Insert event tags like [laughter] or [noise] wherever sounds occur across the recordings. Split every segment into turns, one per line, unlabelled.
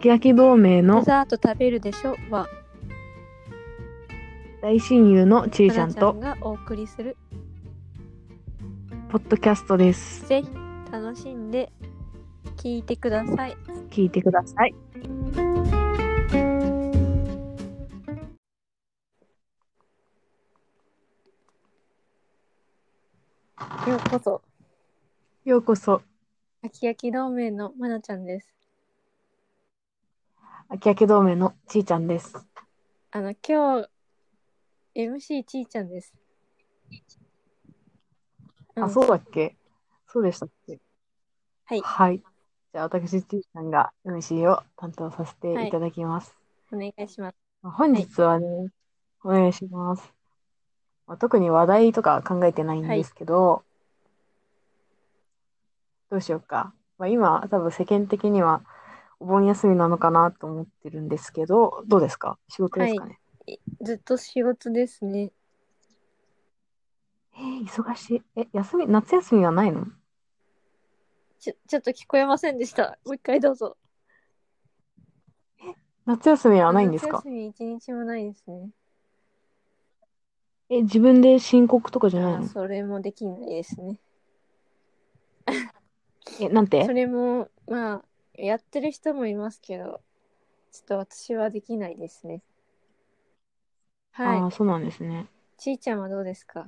き焼き同盟
デ
の
ザート食べるでしょは、
大親友のちい
か
ちゃん
なちゃん
と
がお送りする。
ポッドキャストです。
ぜひ楽しんで聞いてください。
聞いてください。
ようこそ、
ようこそ、
焼き焼き同盟のまなちゃんです。
あき焼き同盟のちいちゃんです。
あの、今日、MC ちいちゃんです。
あ、
ん
そうだっけそうでしたっけ
はい
はい。じゃあ、私、ちいちゃんが MC を担当させていただきます。
お願いします。
まあ本日はね、お願いします。まあ、特に話題とか考えてないんですけど、どうしようか。まあ、今、多分世間的にはお盆休みなのかなと思ってるんですけど、どうですか仕事ですかね、
いずっと仕事ですね。
えー忙しい。え、休み、夏休みはないの
ちょ、ちょっと聞こえませんでした。もう一回どうぞ。
夏休みはないんですか
夏休み一日もないですね。
え、自分で申告とかじゃない
あ
の
それもできないですね。
え、なんて
それも、まあ、やってる人もいますけど、ちょっと私はできないですね。
あ
は
あ、そうなんですね。
い。ちいちゃんはどうですか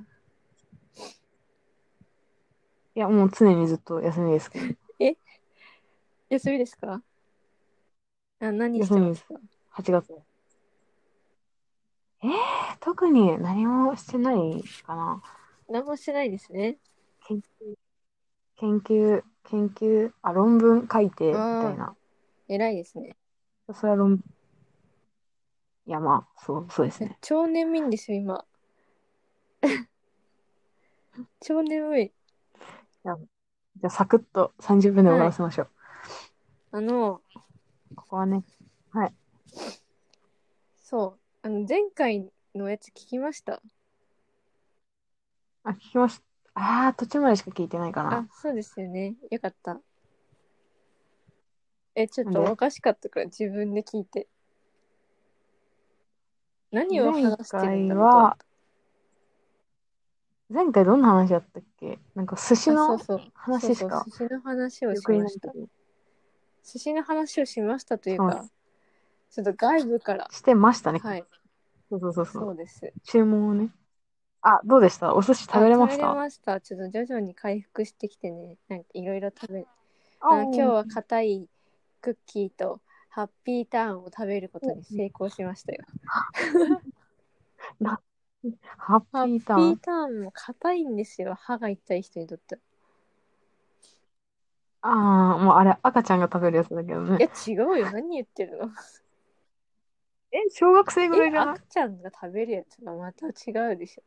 いや、もう常にずっと休みですけど、
休みですかあ、何してますか
8月。えー、特に何もしてないかな。
何もしてないですね。
研究、研究、研究、あ、論文書いて、みた
あー
いな。
偉いですね。
それは論文。いや、まあ、そう、そうです
[laughs]
ね。
超眠いんですよ、今。 [laughs] 超眠い。
じゃあ、サクッと30分で終わらせましょう。
あの、
ここはね、
そう。あの、前回のやつ聞きました。
あ、聞きました。ああ、途中までしか聞いてないか
あ
な。、
そうですよね。よかった。え、ちょっ
な
と
んで
おかしかったから自分で聞いて。何を話してるんだろうと思っ
前回どんな話だったっけなんか寿司
たあ
の
そうそう
話しか
そうそう寿司の話を
記
し
憶に
ま
ない
した。
けど
寿司の話をしましたという
そうで
か、ちょっと外部から。
してましたね。
はい、
そうそうそうそう。
そうです。
注文をね。あ、どうでしたお寿司食べれまし
あ食べれ
た
ました。ちょっと徐々に回復してきてね、なんかいろいろ食べ、
あ
あ今日は硬いクッキーとハッピーターンを食べることに成功しましたよ。
ハッピ
ハッピ
ーター
ー
ン。
ターンも硬いんですよ。歯が痛い人にとっては。
ああ、もうあれ、赤ちゃんが食べるやつだけど
い
ね。
や、違う
[laughs]
よ。何言ってるの
え、小学生ぐらい
え、
じゃない
赤ちゃんが食べるやつがまた違うでしょ。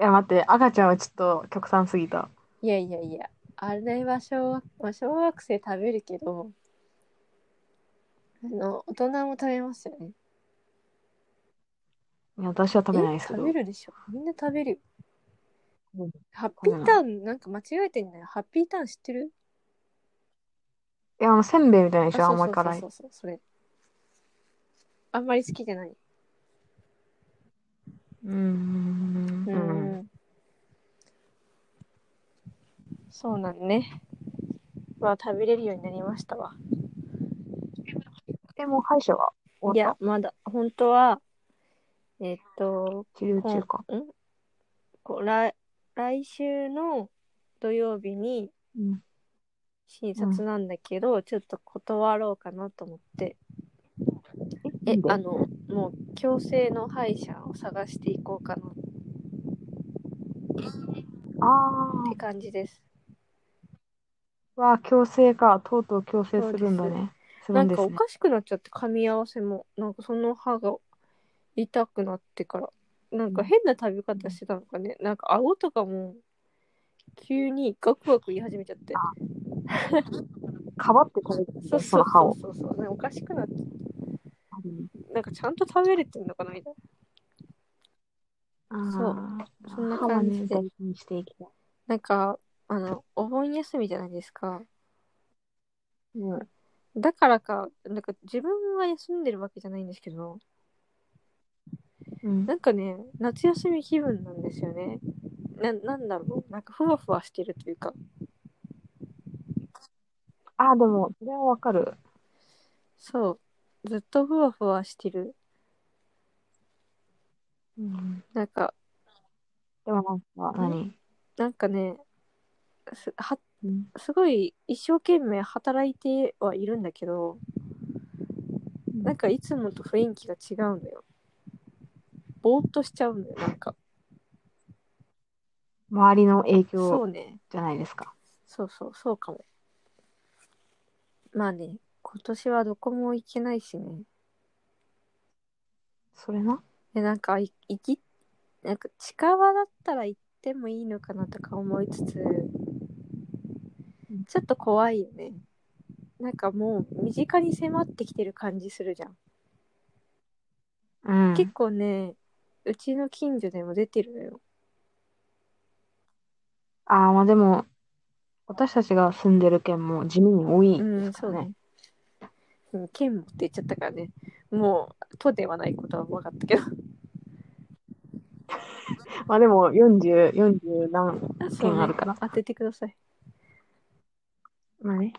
いや、待って、赤ちゃんはちょっと極端すぎた。
いやいやいや。あれは小学,、まあ、小学生食べるけど、あの、大人も食べますよね。
いや、私は食べないですけ
え
ど
食べ。るでしょ。みんな食べるよ。
うん
ハッピーターン、なんか間違えてんだよ。ハッピーターン知ってる
いや、あの、せんべいみたいな
あ
でしょ甘辛い
そ。うそうそうそうそれあんまり好きじゃない。
うーん。うん。
そうなんね。まあ食べれるようになりましたわ。
でも、歯医者は終
い
わ
や
っ、
まだ、本当は、えっと、
た治療中か。
んこう来来週の土曜日に
うん。
診察なんだけど、ちょっと断ろうかなと思って、
い
え
いん、だ
あ
よ
の、もう強制の歯医者を探していこうかなっ
あ
て感じです。
あ、わあ、強制か。とうとう強制するんだ
そ
ね。する
なんん
で
か
す
お
ね。
かしくなっちゃって噛み合わせもなんかその歯が痛くなってからなんか変な食べ方してたのかねなんか顎とかも急にガクガク言い始めちゃって
かばって食べてるんだ
そう
よその
そう
歯
そ
を
う。そうそうなんかおかしくなって
うん
なんかちゃんと食べれてんのかなみたい
あー
そうそんな感じで
歯はね大事にしていきたい。
ななんかあのお盆休みじゃないですか
うん。
だからか、なんか自分が休んでるわけじゃないんですけど、
うん
なんかね、夏休み気分なんですよね。な、なんだろう。なんかふわふわしてるというか、
あ、でも、それはわかる。
そう。ずっとふわふわしてる。
うん、
なんか、
でもなんか、何、
なんかね、す、は、
うん、
すごい一生懸命働いてはいるんだけど、なんかいつもと雰囲気が違うんだよ。ぼーっとしちゃうんだよ、なんか。
周りの影
そ
響
うね。
じゃないですか。
そうそう、そうかも。まあね、今年はどこも行けないしね。
それな。
で、なんか、い行き、なんか近場だったら行ってもいいのかなとか思いつつ、ちょっと怖いよね。なんかもう身近に迫ってきてる感じするじゃん。
うん。
結構ね、うちの近所でも出てるのよ。
ああ、まあでも、私たちが住んでる県も地味に多いですからね。。
うん、剣持って言っちゃったからね。もう、とではないことは分かったけど。
まあでも、40、40何
そう
県
ね
あるから。
[laughs] 当ててください。
まあね。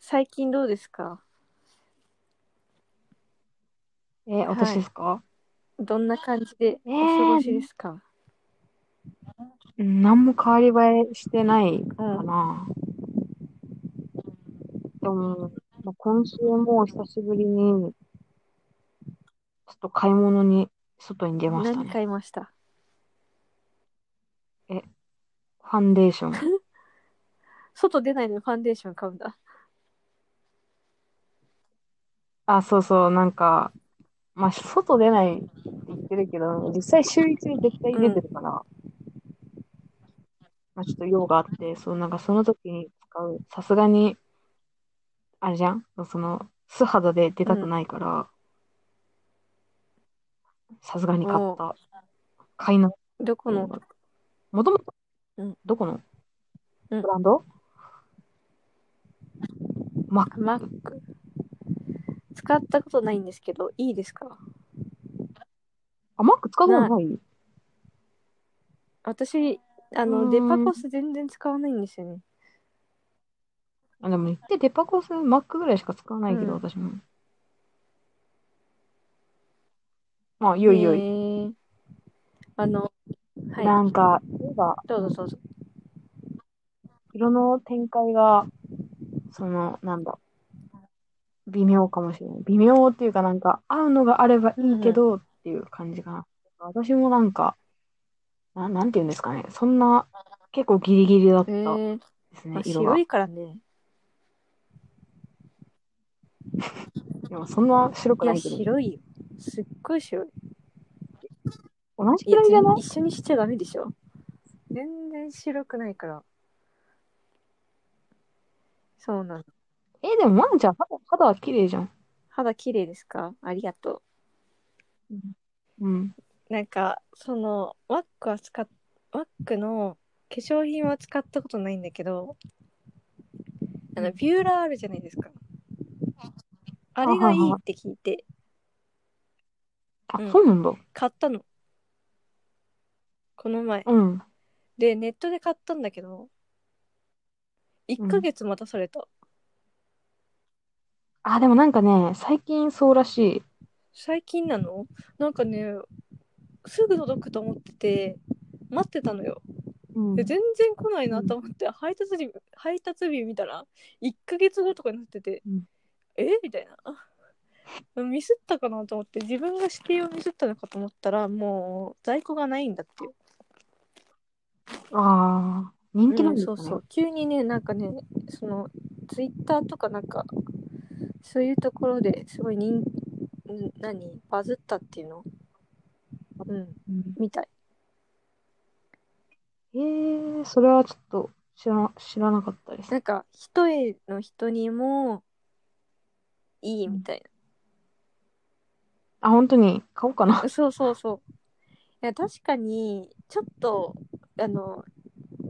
最近どうですか
えー私ですか、
どんな感じで
え
お
ー
過ごしですか、
うん何も変わり映えしてないか
うん。
な。でも、まあ、今週も久しぶりに、ちょっと買い物に外に出ました
何
ね。
買いました
ファンデーショ
[laughs]
ン。
外出ないのにファンデーション買うんだ。
あ、そうそう、なんか、まあ、外出ないって言ってるけど、実際週一に絶対出てるから、まあ、ちょっと用があって、そう、なんかその時に使う、さすがに、あれじゃんその、素肌で出たくないから、さすがに買っ
お
た。買いな。
どこの、
もともと
うん、
どこの
うん
ブランドマッ
マック。使ったことないんですけど、いいですか
あ、マック使うのない
私、あ
うー
の、
ん
デパコス全然使わないんですよね。
あ、でも言ってデパコス、マックぐらいしか使わないけど、
うん
私も。まあ、よいよ
え
い。
ーあの、はい。
なんか、例えば、
どうぞどうぞ。
色の展開が、その、なんだ、微妙かもしれない。微妙っていうかなんか、合うのがあればいいけどっていう感じかな。私もなんか、な、なんて言うんですかね。そんな、結構ギリギリだった
え
で
ー、
すね、
まあ、
色が
白。いからね。
でもそんな白
い
くな
や、
いけど、
白いよ。すっごい白い。
同じ
い
く
や
らいじゃない
一緒にしちゃダメでしょ全然白くないからそうなの
えでも、ワンちゃん、肌、肌は綺麗じゃん。
肌綺麗ですかありがと
うん。
うなんかそのワックは使っワックの化粧品は使ったことないんだけどあのビューラーあるじゃないですかあれがいいって聞いて
あ
う、ん
そうなんだ。
買ったのこの前
うん。
でネットで買ったんだけど1ヶ月待たされた、
あ、でもなんかね、最近そうらしい。
最近なのなんかねすぐ届くと思ってて待ってたのよ
うん
で全然来ないな
うん
と思って、配達日配達日見たら1ヶ月後とかになってて、
うん
えみたいなミスったかなと思って自分が指定をミスったのかと思ったらもう在庫がないんだっていう
ああ、人気な
うんん、
です
そ
ね。
うそう急にねなんかねそのツイッターとかなんかそういうところですごい人ん何バズったっていうのうん
うん
みたい
えー、それはちょっと知らな、知らなかったです。
なんか一重の人にもいいみたい
あ、本当に買おうかな。
な、そうそうそういや確かにちょっとあの、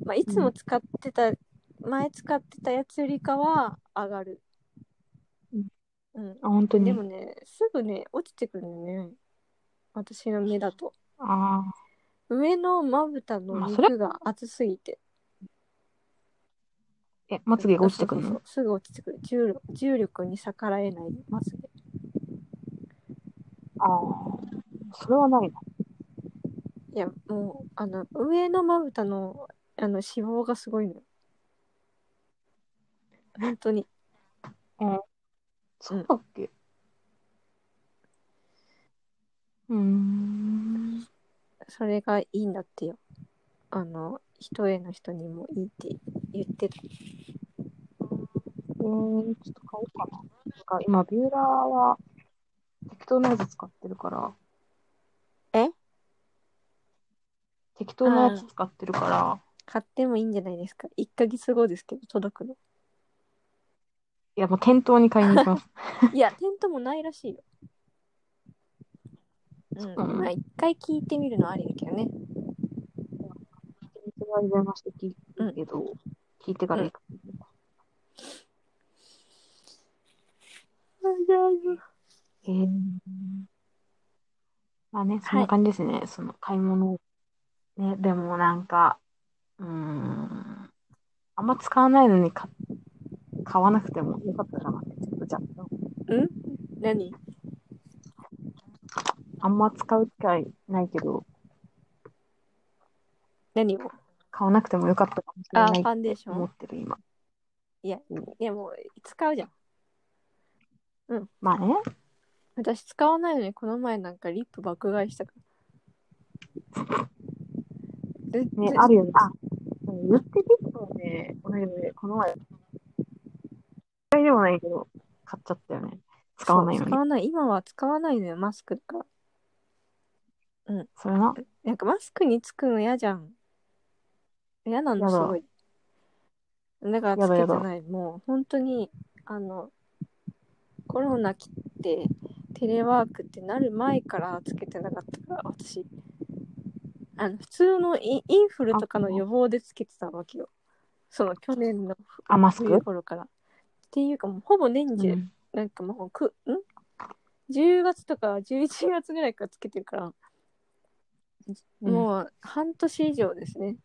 まあ、いつも使ってた前使ってたやつよりかは上がる
うん。
うん。
あ、本当に。
でもね、すぐね、落ちてくるんだよね。私の目だと。
ああ、
上のまぶたの
あそれ
肉が厚すぎて。
え、まつげが落ちてくる
そ
の
うそうそうすぐ落ちてくる。重力重力に逆らえないまつげ。
ああ、それはないな。
いや、もう、あの、上のまぶたの、あの、脂肪がすごいのよ。本当に。
そうだっけうーん。
それがいいんだってよ。あの、人への人にもいいって言ってた。
えー、ちょっと買おうかな。なんか今、ビューラーは適当なやつ使ってるから。
え
適当なやつ使ってるから。
買ってもいいんじゃないですか。1ヶ月後ですけど、届くの。
いや、もう店頭に買いに行きます。
いや、テントもないらしいよ。うん
うなの。
まあ、一回聞いてみるのありだけどね。
店頭に電話して聞いてるけど、聞いてから行く。えー、まあね、そんな感じですね。その買い物。ね、でもなんか、うーん、あんま使わないのに買買わなくてもよかったかなって、ちょっとじゃ
うん何
あ、あんま使う機会ないけど、
何を
買わなくてもよかったかもしれ
あ、
ない
フ
って
ァンデーショ
思
ン
ってる今。
でも、使うじゃん。
まあね、
私使わないのに、この前なんかリップ爆買いしたから。で
ね
で、
あるよね。あ、言ってるけどね、この間ね、この前、一回でもないけど、買っちゃったよね。使わないの
そう
に
使。わない。今は使わないのよ、マスクだから。
それな。
なんかマスクにつくの嫌じゃん。嫌なの
や
す
だ
ごい。だから
や
つ
だや
けて
だ
ない。もう本当に、あの、コロナ来て、テレワークってなる前からつけてなかったから、私。あの、普通のインインフルとかの予防でつけてたわけよ。その去年の
あ、マスク
冬頃から。っていうかもうほぼ年中、
うん
なんかもうく、ん ?10 月とか11月ぐらいからつけてるから、
うん
もう半年以上ですね。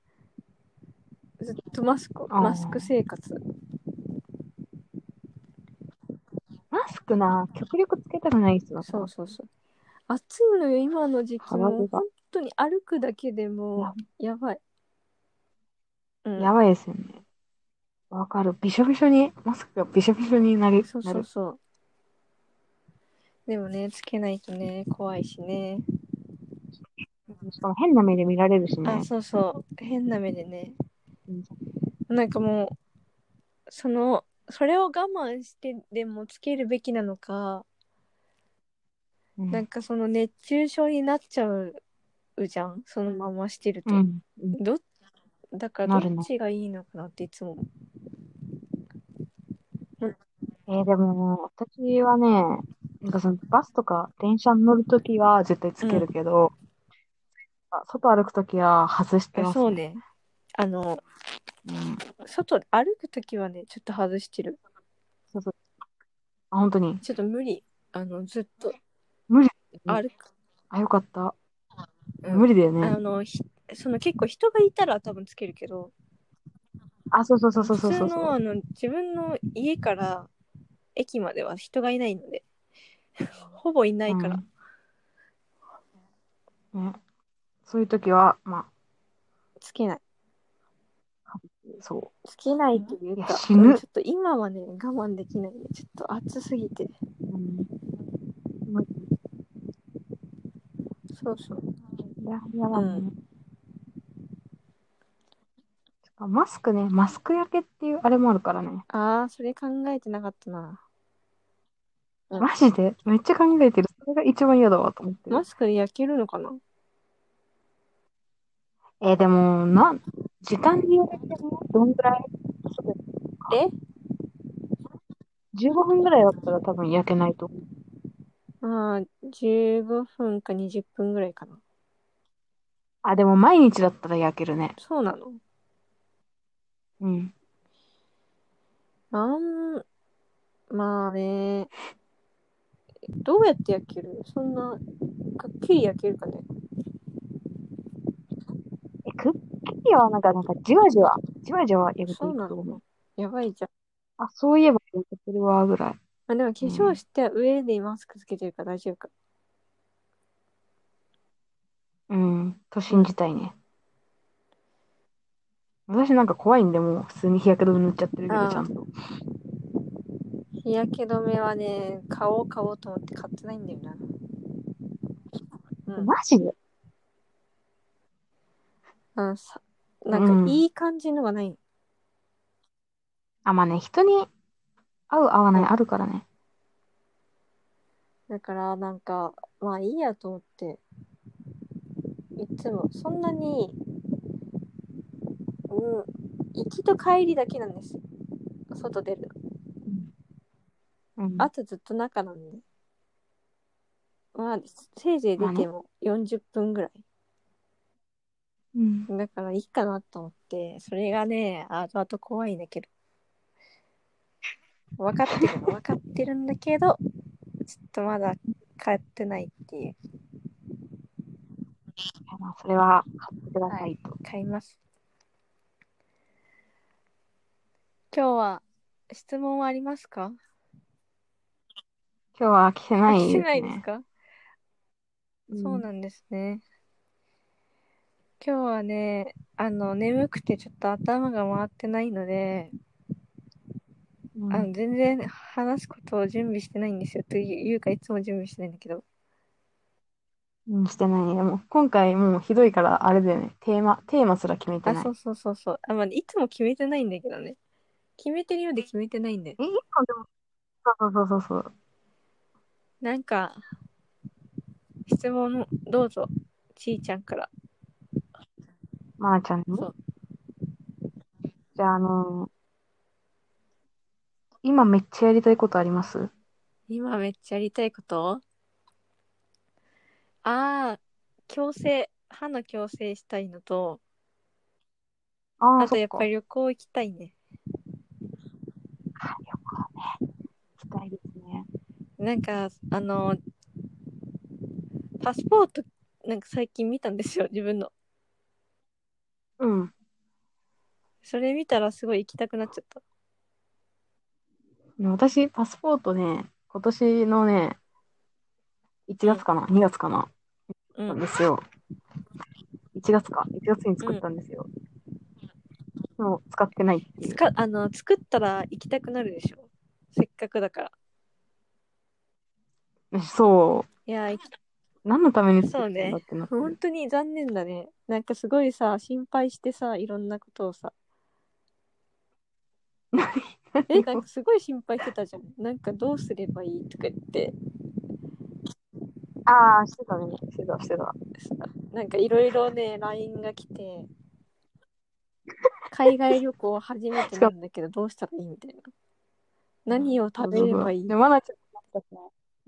ずっとマスク、
あー
マスク生活。
マスクな、極力つけたくない人だか
そ
ら
う。そうそう。暑いのよ、今の時期
肌
も。
着が
本当に歩くだけでもうやばい。うん、
やばいですよね。わかる。びしょびしょに、マスクがびしょびしょになる。
そう
な
そう
る
そう。でもね、つけないとね、怖いしね。
しかも変な目で見られるしね
あ、。そうそう。変な目でね。
うん
なんかもう、その、それを我慢してでもつけるべきなのか、
うん
なんかその熱中症になっちゃうじゃんそのまましてると、
うんうん
どだから
なるね
どっちがいいのかなっていつも
えーでも、私はね、なんかそのバスとか電車に乗るときは絶対つけるけど、あ外歩くときは外してます、
そう。ねあの
うん、
外歩く時はねちょっと外してる
あ、本当に。
ちょっと無理あのずっと
無理
歩く、
あ、よかった。
うん
無理だよね。
あのひその結構人がいたら多分つけるけど
あ、そうそうそうそうそうそう。
普通のあの自分の家から駅までは人がいないので [laughs] ほぼいないから、
うんね、そういうときは、ま
つけない
あ、そ
つけないという
いや
か、
死ぬ
ちょっと今はね、我慢できないね。ちょっと暑すぎて。
う。うん無理
そうそう。
いや、嫌だね。しかもマスクね、マスク焼けっていうあれもあるからね。
ああ、それ考えてなかったな。うん
[laughs] マジでめっちゃ考えてる。それが一番嫌だわと思ってる。
マスクで焼けるのかな
えーでも、なん、時間によってねどんぐらい
え
?15 分ぐらいだったら多分焼けないと思う。
ああ、15分か20分ぐらいかな。
あ、でも毎日だったら焼けるね。
そうなの
うん。
なん、まあね。どうやって焼けるそんな、くっきり焼けるかね。
え、クッキーはなんか、なんか、じわじわ、じわじわ焼けてい
そうな
くと思う
の。やばいじゃん。
あ、そういえば焼けてるわ、ぐらい。
まあでも化粧して上でマスクつけてるから大丈夫か。
うん、と信じたいね。私なんか怖いんで、もう普通に日焼け止め塗っちゃってるけ
あ
ど、
あ
ちゃんと。
日焼け止めはね、買おう買おうと思って買ってないんだよな。うん
マジで
あさなん
うん
かいい感じのがない。
あ、まあね、人に合う合わないあるからね。
だからなんか、まあいいやと思って、いつもそんなに、うん、行きと帰りだけなんです。外出るの。
うん。
あとずっと中なんで。まあ、せいぜい出ても40分ぐらい。
うん、
だからいいかなと思って、それがね、後々怖いんだけど。分かっ
[laughs]
てる、分かってるんだけど、ちょっとまだ買ってないっていう。
まあそれは買ってくださいと。
買います。今日は質問はありますか
今日は着てない
あ
です
来てないです
ね。
か、
ん
そうなんですね。今日はね、あの、眠くてちょっと頭が回ってないので、
うん
あの全然話すことを準備してないんですよ。というか、いつも準備してないんだけど。
うん、してないね。もう今回もうひどいからあれだよね。テーマ、テーマすら決めて
あ、
ない
そ。うそうそうそう。あ、まあ、いつも決めてないんだけどね。決めてるようで決めてないんで。
え、今でも、そうそうそうそう。
なんか、質問をどうぞ、ちーちゃんから。
まーちゃんね
そう。
じゃあ、あの今めっちゃやりたいことあります
今めっちゃやりたいことああ、矯正、歯の矯正したいのと、
ああ、
あと
そ
や
っ
っ
か。
ぱ
行
り旅行行きたいね。
きたいですね。
なんか、あの、パスポート、なんか最近見たんですよ、自分の。
うん。
それ見たらすごい行きたくなっちゃった。
でも私、パスポートね、今年のね、1月かな、2月かな、
う
なん
ん。
ですよ。1月か、1月に作ったんですよ。でも使ってないってい
つ
う。
か、あの、作ったら行きたくなるでしょ。せっかくだから。
そ
いやー、行き
う。何のために作ったんだってなってる。
本当に残念だね。なんかすごいさ、心配してさ、いろんなことを [laughs] さ。え、なんかすごい心配してたじゃん。なんかどうすればいいとか言って、
ああ、してたね。してた、してた。
さなんかいろいろね、LINE が来て、海外旅行初めてなんだけど、どうしたらいいみた [laughs] いな。何を食べればいい
で、まだちょっと、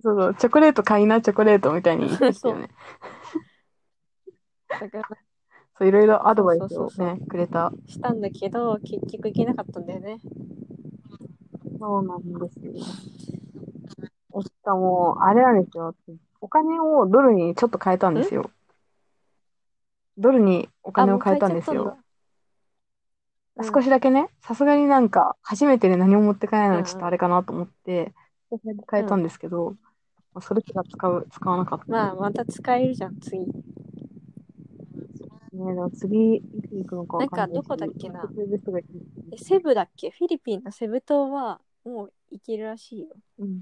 そうそう、チョコレート買いな、チョコレートみたいに言
[laughs]
ってたよね。
だから
そう、いろいろアドバイス
そう
を
そう
ね、くれた。
したんだけど、結局行けなかったんだよね。
そうなんですよ。しかも、あれなんですよ。お金をドルにちょっと変えたんですよ。ドルにお金を変えたんです
あもう
よ。
変えちゃったんだうん
少しだけね、さすがになんか、初めてで何も持ってかないの
うん
は
うん
ちょっとあれかなと思って、変えたんですけど、まあそれしか使う、使わなかった。
まあ、また使えるじゃん、次。
ね、でも次、いつ行くのかわかんないし。
なんかどこだっけな
途中で人がいる
えセブだっけフィリピンのセブ島はもう行けるらしいよ。
うん。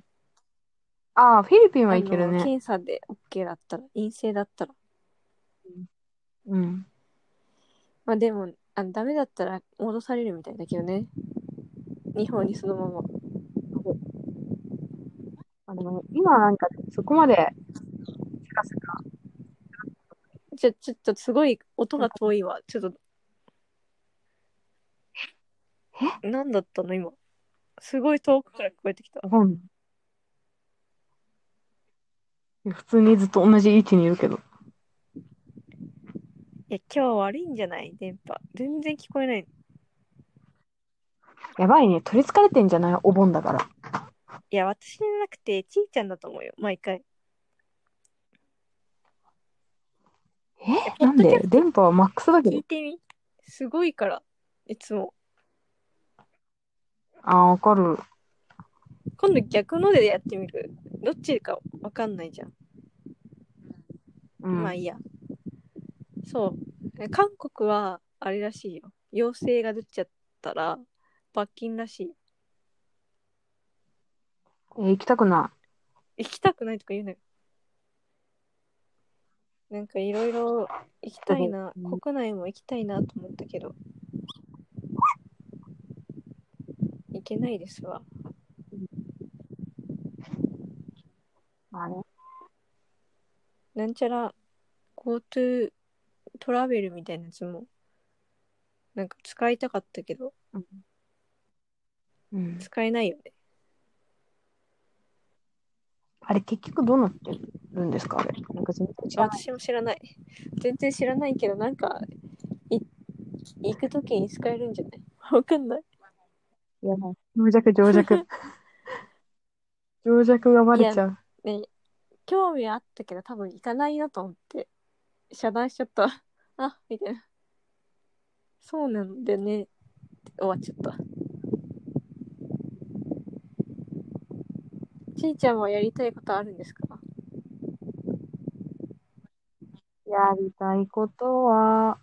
ああ、フィリピンは行ける
あの
ね。
検査で OK だったら、陰性だったら。
うん。
まあでも、あのダメだったら戻されるみたいだけどね。日本にそのまま。
あでも今なんか、そこまで、せかせか。
じゃ、ちょっとすごい音が遠いわ。ちょっと。えなんだったの今。すごい遠くから聞こえてきた。
わかんない。普通にずっと同じ位置にいるけど。
いや、今日悪いんじゃない電波。全然聞こえない。
やばいね。取り憑かれてんじゃないお盆だから。
いや、私じゃなくて、ちいちゃんだと思うよ、毎回。
えなんで電波はマックスだけ
聞
ど
い。てみ。すごいから、いつも。
あー、わかる。
今度逆のでやってみる。どっちかわかんないじゃん。
うん。
まあいいや。そう。韓国は、あれらしいよ。陽性が出ちゃったら、罰金らしいよ。
えー行きたくな
行きたくないとか言うなよ。なんかいろいろ行きたいな
う、ん
国内も行きたいなと思ったけど、行けないですわ。
い。あれ
なんちゃら GoTo トラベルみたいなやつも、なんか使いたかったけど、
うん。
使えないよね。
あれ、結局どうなってるんですかあれ。なんか全然知らない。
私も知らない。全然知らないけど、なんか、い行くときに使えるんじゃないわかんない。
やばい。情弱、情 [laughs] 弱。情弱がバレちゃう。
ね、興味はあったけど多分行かないなと思って遮断しちゃった [laughs] あみたいなそうなんだよねって終わっちゃったちいちゃんはやりたいことあるんですか
やりたいことは、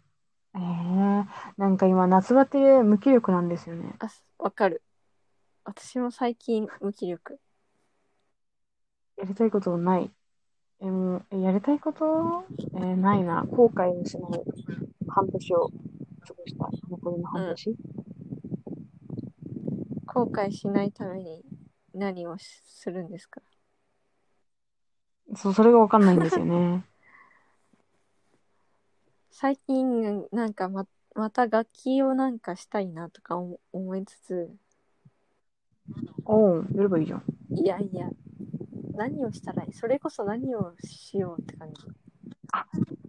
ええなんか今、夏バテで無気力なんですよね。
あわかる私も最近無気力
やりたいことない。えーもうえやりたいこと、えーないな。後悔もしない。半年を過ごした。残りの半年。
後悔しないために何をしするんですか
そう、それがわかんないんですよね。 [laughs]
最近なんかままた楽器をなんかしたいなとか思思いつつ
おう、やればいいじゃん。
いやいや、何をしたらいいそれこそ何をしようって感じ。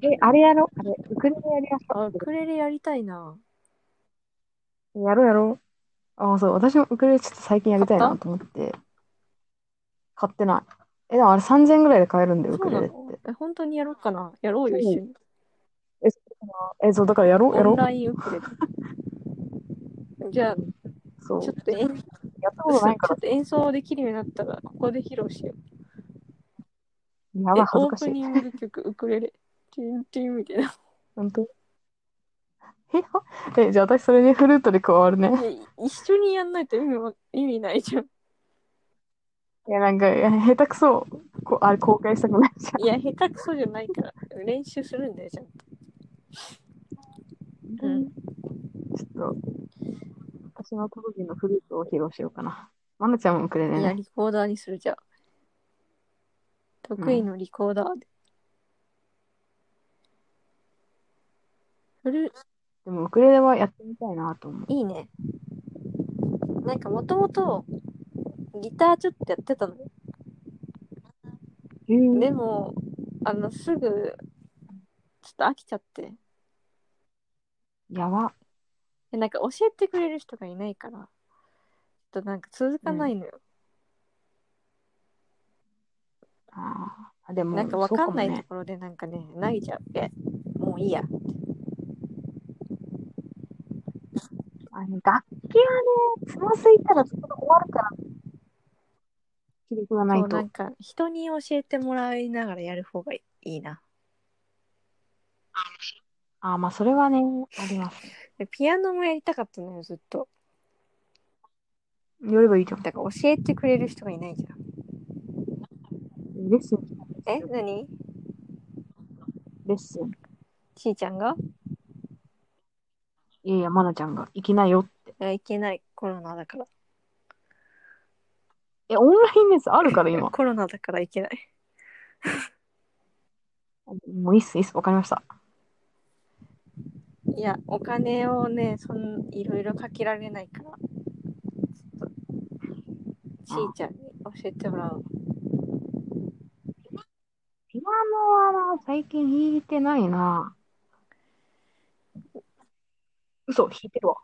え、あれやろあれ、ウクレレやりやす
あ、
か
ウクレレやりたいな。
やろうやろう。あ、そう、私もウクレレちょっと最近やりたいなと思って。買ってない。え、でもあれ3000円ぐらいで買えるんだよ、ウ
そ
ク
うな
レレっ
の
て。
え、本当にやろうかな。やろうよ、
うん
一緒に。
え、そうえそう、だからやろう、や
オ
ろ
ン
う。
ラインウクレレ。じゃあ、ち
そう。
ょっと演ち
やったこ
ょ
とないか
っと演奏できるようになったら、ここで披露しよう。
ら。やば
え
い、恥ず
オ
か
ー
し
プ
い。
ニング曲、ウクレレ。チンチンみたいな。
本当 [laughs] え、ほえ、じゃあ私それにフルートで加わるね。
い一緒にやんないと意味わ意味ないじゃん。
いや、なんか、いや下手くそ、こあれ公開したくないじゃん。
いや、下手くそじゃないから、練習するんだよ、ちゃんと。うん
ちょっと、私の特技のフルートを披露しようかな。まなちゃんもくれ
いや、
ね。
リコーダーにするじゃあ。得意のリコーダーで。フル、
でも、ウクレレはやってみたいなと思う。
いいね。なんかもともと、ギターちょっとやってたのよ。
へー
でも、あの、すぐ、ちょっと飽きちゃって。
やば。
でなんか教えてくれる人がいないから、ちょっとなんか続かないのよ。
あーでも、
なんかわかんない
そう
と
もね
ころでなんかね、投げちゃって、もういいや。
あの楽器はね、つまずいたらそこで終わるから。気力がない
そうな
と
ん。か人に教えてもらいながらやる方がいいな。
あーまあ、それはね、あります。
でピアノもやりたかったのよ、ずっと。
やればいいじゃん。
だから教えてくれる人がいないじゃん。
レッスンしたんです
え、
よ。
何
レッスン。
ちーちゃんが
いやいや、まなちゃんが、行きなよ。
いやいけない、コロナだから。
え、オンラインレッスンあるから、
[laughs]
今。
コロナだからいけない。
もういいっす、いいっす、わかりました。
いや、お金をね、そんいろいろかけられないから、ちーちゃんに教えてもらおう。
ピアノはな、最近弾いてないな。嘘、弾いてるわ。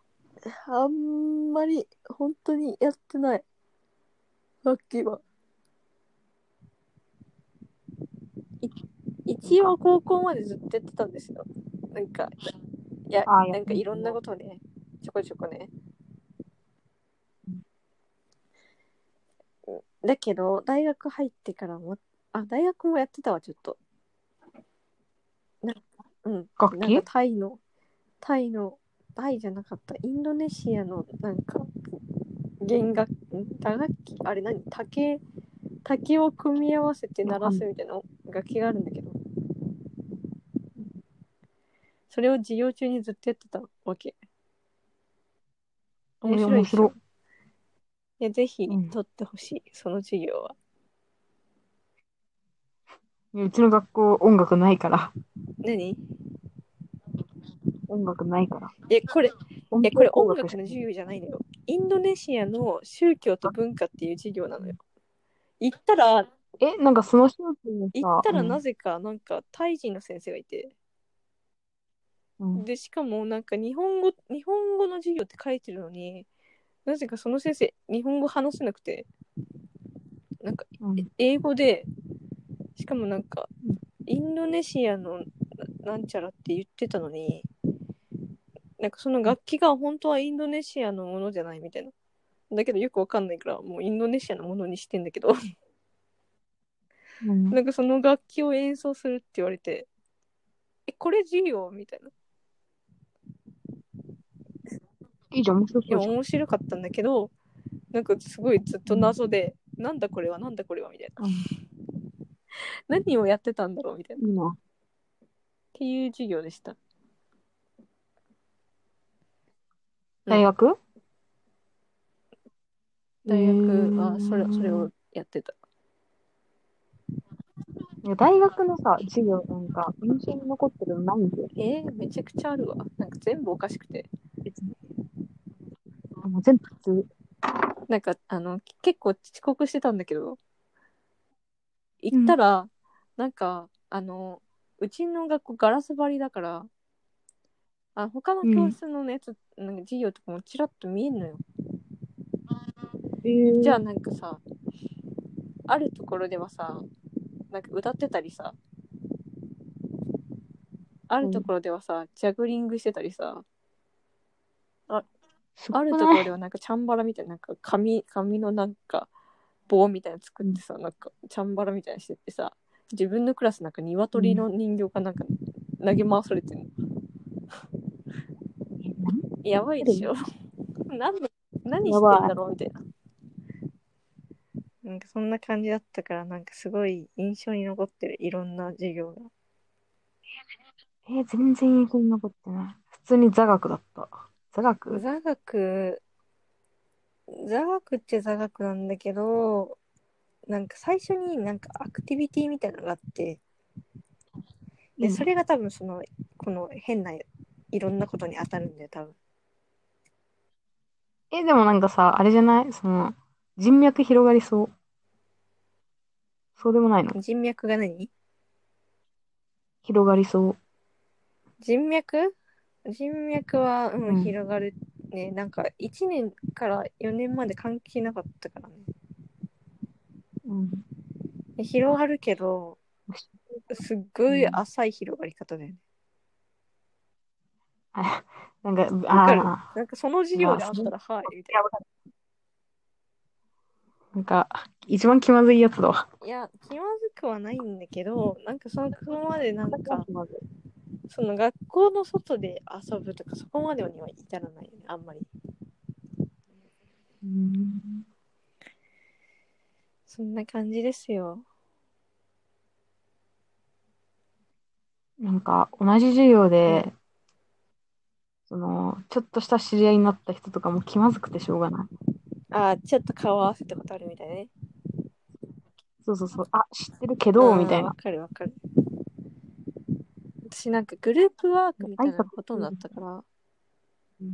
あんまり本当にやってない楽器はい一応高校までずっとやってたんですよなんかいや
あやってた
なんかいろんなことをねちょこちょこねだけど大学入ってからもあ大学もやってたわちょっとなんかうん
楽器
なんかタイのタイのタイじゃなかったインドネシアのなんか弦楽ん打楽器あれ何竹竹を組み合わせて鳴らすみたいな楽器があるんだけどそれを授業中にずっとやってたわけ
え
面白いでしょ
面白い
いやぜひ
うん
取ってほしい、その授業は
うちの学校音楽ないから。
何
音楽ないから。
えこれ
音
えこれ音
し
楽の授業じゃないのよインドネシアの宗教と文化っていう授業なのよ行ったら
え、なんかその人ってさ、
行ったらな
ぜ、
ぜかなんかタイ人の先生がいて
うん
でしかもなんか日本語日本語の授業って書いてるのになぜかその先生日本語話せなくてなんか
うん
英語でしかもなんか
うん
インドネシアのななんちゃらって言ってたのになんかその楽器が本当はインドネシアのものじゃないみたいなだけどよくわかんないからもうインドネシアのものにしてんだけど [laughs]
うん
なんかその楽器を演奏するって言われて「えこれ授業?」みたいない
いじゃん、面白
い
そ
や
うじゃん。
面白かったんだけどなんかすごいずっと謎で「なんだこれはなんだこれは」みたいな
うん
何をやってたんだろうみたいない
いな。
っていう授業でした
大学
大学はそれ
うん
それをやってた
いや大学のさ、授業なんか、印象に残ってるのないんだよ。
えー、めちゃくちゃあるわなんか全部おかしくて
別に。もう全部普通。
なんかあの結構遅刻してたんだけど行ったら、なんかあのうちの学校ガラス張りだからあ他の教室のやつ、なんか授業とかもちらっと見えんのよ
えー
じゃあなんかさあるところではさなんか歌ってたりさあるところではさ、ジャグリングしてたりさ
すご
あ
く
る
ない
ところではなんかチャンバラみたいななんか紙紙のなんか棒みたいなの作ってさ、なんかチャンバラみたいにしてってさ自分のクラスなんか鶏の人形がなんか投げ回されてるの、やばいで [laughs] しょ何の何してんだろうみたいななんかそんな感じだったからなんかすごい印象に残ってるいろんな授業が
えー全然印象に残ってない。普通に座学だった。座学
座学座学って座学なんだけどなんか最初になんかアクティビティみたいなのがあってでそ
れ
れが多分そのこの変ないろんなことに当たるんだよ多分
えーでもなんかさ、あれじゃないその、人脈広がりそう。そうでもないの
人脈が何
広がりそう。
人脈人脈は、う
うん
ん、広がるね、なんか1年から4年まで関係なかったからね
うん。
で広がるけどすっごい浅い広がり方だよね、
あなんか、
わかる
あ
なんかその授業であったらはいみたい
ーなんか、一番気まずいやつだわ。
ないや気まずくはないんだけどなんかそのそこまでなんかその学校の外で遊ぶとかそこまでには至らないよねあんまり
うん
そんな感じですよ
なんか、同じ授業で、その、ちょっとした知り合いになった人とかも気まずくてしょうがない。
あーちょっと顔合わせたことあるみたいね
そうそうそう、あ、知ってるけど、
あー
みたい
わ
な。
かるわかる。私なんかグループワークみたいなのがほとんどだったから、
う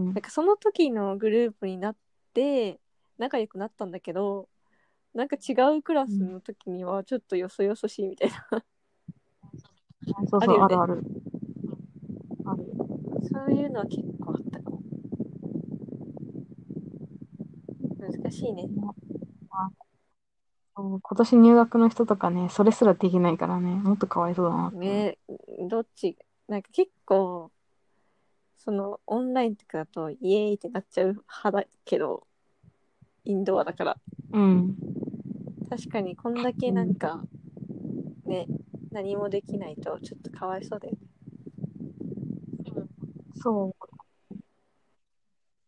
ん
なんかその時のグループになって仲良くなったんだけど、なんか違うクラスの時にはちょっとよそよそしいみたいな、
そう
あ
そう、
るよ
あ
ね
るある。ある。
そういうのは結構あったかも。難しいね。
そう今年入学の人とかね、それすらできないからね、もっとかわいそうだなって。
ねどっちなんか結構そのオンラインとかだとイエーイってなっちゃう派だけどインドアだから
うん。
確かにこんだけなんかね何もできないとちょっとかわいそうだよね
そう。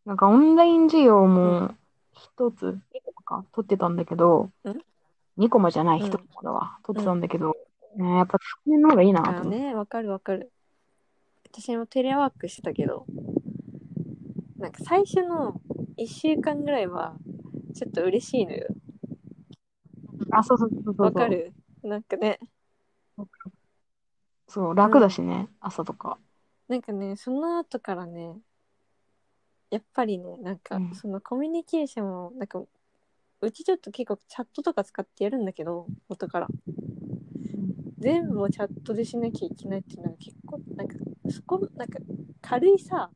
なんかオンライン授業も一つ、一個か、取ってたんだけど
うん、
二コマじゃない、
うん
一コマだわ。取ってたんだけど、ね、やっぱ机の方がいいなと
あ
思っ
ー
て。
ねわかるわかる私もテレワークしてたけどなんか最初の1週間ぐらいはちょっと嬉しいのよ
あ、そうそうそうそうそう。
わかるなんかね
そう、楽だしね、朝とか。
なんかねその後からねやっぱりねなんか
うん
そのコミュニケーションをなんかうちちょっと結構チャットとか使ってやるんだけど元から全部をチャットでしなきゃいけないっていうのが結構なんかそこなんか軽いさ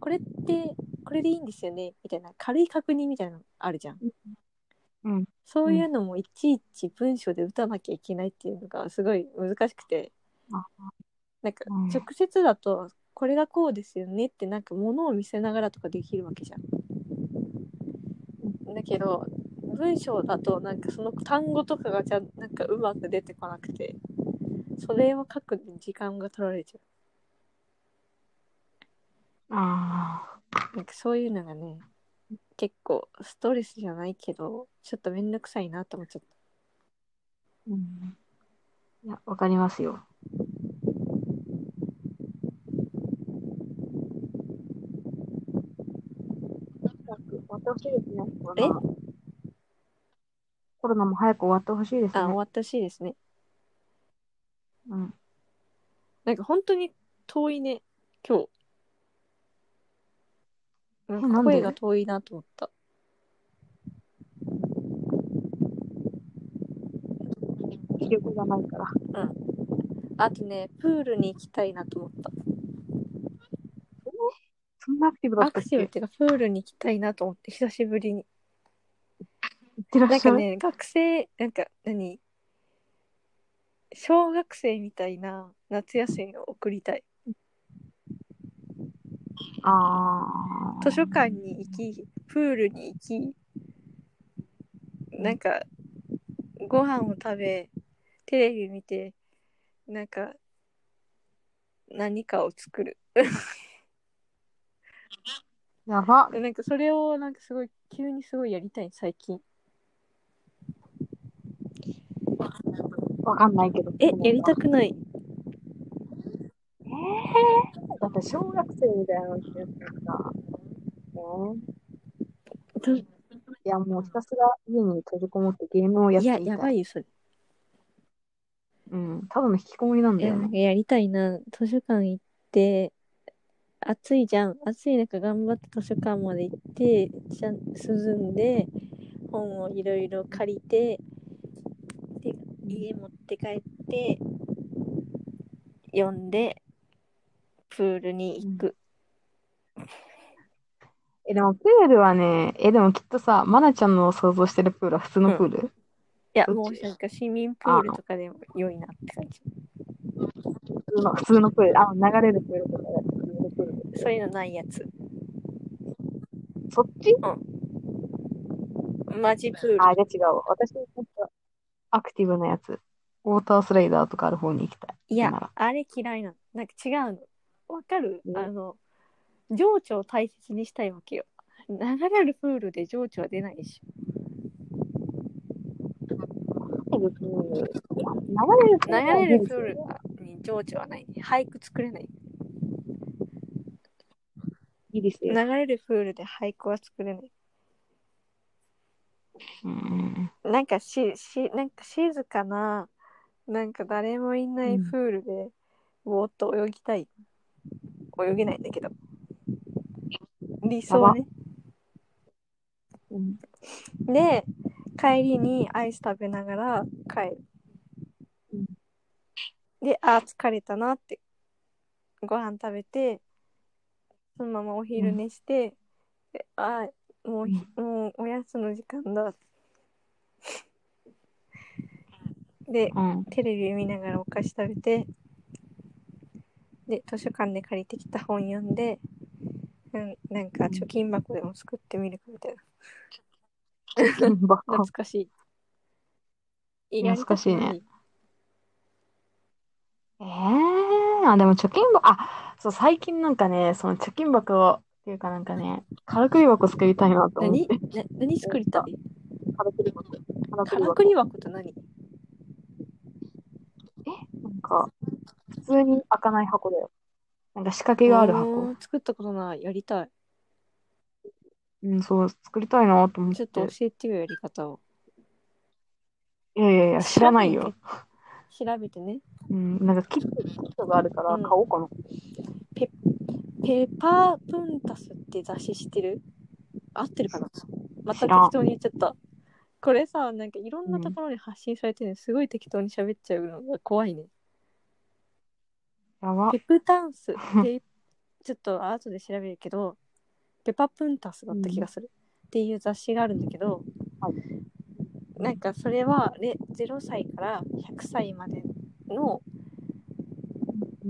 これってこれでいいんですよねみたいな軽い確認みたいなのあるじゃん
うん。
そういうのもいちいち文章で打たなきゃいけないっていうのがすごい難しくて
あ
なんか
うん
直接だとこれがこうですよねってなんかものを見せながらとかできるわけじゃん。だけど文章だとなんかその単語とかがじゃなんかうまく出てこなくてそれを書くのに時間が取られちゃ
ああ、
うなんかそういうのがね結構ストレスじゃないけどちょっとめんどくさいなと思っちゃった。
うん。いや、わかりますよ。終わってほしいですね。
え
コロナも早く終わってほしいです
あ終
ね。
わってほしいですね。
うん。
なんか本当に遠いね今日。な
え
ん
な
か
んで
声が遠いなと思った。
気力がないから。
あとね、プールに行きたいなと思った。
そんなアクティブだっ
ア
たっ
クティブっ
け
ていうか、プールに行きたいなと思って、久しぶりに。
行ってらっ
なん
しゃる。
かね、学生、なんか何、小学生みたいな夏休みを送りたい。
ああ。
図書館に行き、プールに行き、なんか、ご飯を食べ、テレビ見て、なんか、何かを作る。
やば。
なんかそれをなんかすごい急にすごいやりたい最近。
わかんないけど。
え、やりたくない。
えー、だって小学生みたいなのってさ、ね、いやもうひたすら家に閉じこもってゲームをやっ
い
て
や、
みたい。
やばいよ、それ。
うん、ただの引きこもりなん
い
だ
や、
よ
なん
ね。
かやりたいな。図書館行って、暑いじゃん。暑い中頑張って図書館まで行って、じゃん涼んで、本をいろいろ借りて、で、家持って帰って、読んで、プールに行く。
え、でもプールはね、え、でもきっとさ、まなちゃんの想像してるプールは普通のプール、
いや、
どっ
も
ち
うなんか市民プールとかでも良いなって感じ。
普通の、普通のプール。あ、流れるプールとか普通のプール。
そういうのないやつ。
そっち
マジプール。
あ、じゃあ違うわ。私、もっとアクティブなやつ。ウォータースライダーとかある方に行きたい。
い
な
や
ら、
あれ嫌いなの。なんか違うの。わかる
うん
あの、情緒を大切にしたいわけよ。流れるプールで情緒は出ないでしょ。
流れるプール。流れるプ
流
ールは
れるプールに情緒はない。俳句作れない。
いいです
流
よ。
れるプールで俳句は作れない。
うん。
なんかし、し、なんか静かな、なんか誰もいないプールで、ぼーっと泳ぎたい。泳げないんだけど。理想ね。
うん
で、帰りにアイス食べながら帰る
うん。
で、あー、疲れたなって、ご飯食べて、そのままお昼寝して、であー、もうひ、もうおやつの時間だ。で、
うん。
テレビ見ながらお菓子食べて、で、図書館で借りてきた本読んで、うん、なんか貯金箱でも作ってみるかみたいな。
金箱
懐。かしい。
懐かしいね
やりたく
え
な
えあ、でも貯金箱、あ、そう、最近なんかね、その貯金箱を、っていうかなんかね、からくり箱作りたいなと思っ
何
て。
な何作りたい
からくり箱。からく
か
り
ら
箱
く。り箱と何
なんか、普通に開かない箱だよ。なんか仕掛けがある箱。
おー作ったことない。やりたい。
うん、そう、作りたいなと思っ。
ちょってと教えてよ、やり方を。
いやいやいや、知らないよ。
調べてね。
うん、なんかキット、キットがあるから
うん
買おうかな。
ペッパープンタスって雑誌知ってる合ってるかなまた
知らん
適当に言っちゃった。これさ、なんかいろんなところに発信されてるのすごい適当に喋っちゃうのが怖いね。
やば。
ペプタンスって、ちょっと後で調べるけど、ペパプンタスだった気がする、っていう雑誌があるんだけど、
は
なんかそれはれ0歳から100歳までの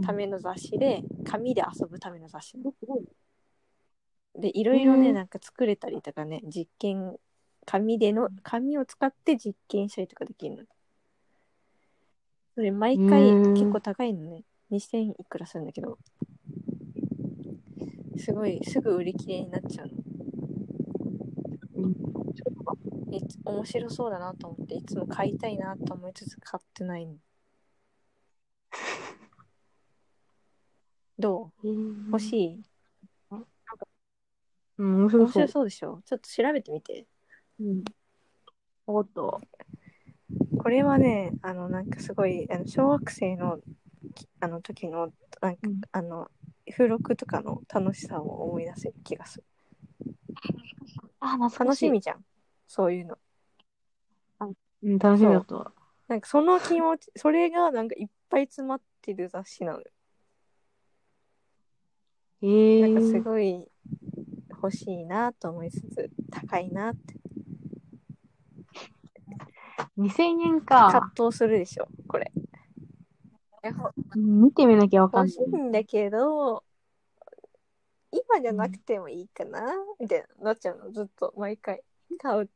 ための雑誌で、紙で遊ぶための雑誌なのでいろいろ
へ
ね
え
なんか作れたりとかね実験紙での紙を使って実験したりとかできるのそれ毎回
へえ
結構高いのね2000いくらするんだけどすごいすぐ売り切れになっちゃうのいつ面白そうだなと思っていつも買いたいなと思いつつ買ってない [laughs] のどう欲し
い。
い
うん、面白
面
そう
白。そうでしょちょっと調べてみて
うん。おっと。
これはねあのなんかすごいあの小学生のきあの時のなんか、
うん
あの付録とかの楽しさを思い出せる気がする
あ、懐か
楽
しい
し。みじゃんそういうの
うん、楽しみだった。
なんかその気
[laughs]
持ちそれがなんかいっぱい詰まってる雑誌なのよ
え
なんかす
ー、
ごい欲しいなと思いつつ高いなって
2000円
葛
か。
藤するでしょこれ
うん見てみなきゃわかん
欲
ない
し。いんだけど今じゃなくてもいいかなみたいななっちゃうのずっと毎回買う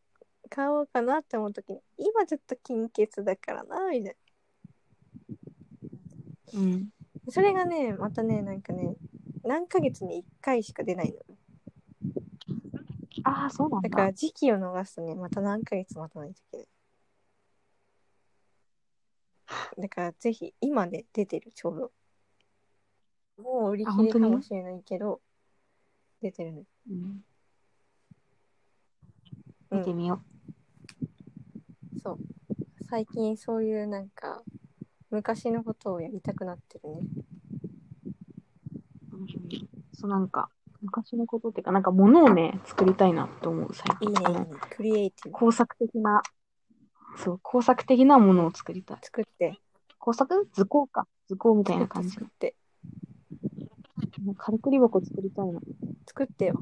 買おうかなって思う時に今ちょっと金欠だからなみたい
うん。
なそれがねまたねなんかね何ヶ月に1回しか出ないの
ああ、そうなん
だ
だ。
から時期を逃すとねまた何ヶ月待たないといけないだからぜひ今ね出てるちょうどもう売り切れかもしれないけど出てるね
うん
うん
見てみよ
そう。最近そういうなんか、昔のことをやりたくなってるね。
う。そう、なんか、昔のことっていうか、なんか物をね、作りたいなって思う、最
いい
近。
ね、
あ
いい
の
ね。クリエイティブ。
工作的な、そう、工作的なものを作りたい。
作って、
工作図工か。図工みたい
作
な感
って、
じ
作。って、
もう軽くり箱作りたいな。
作ってよ。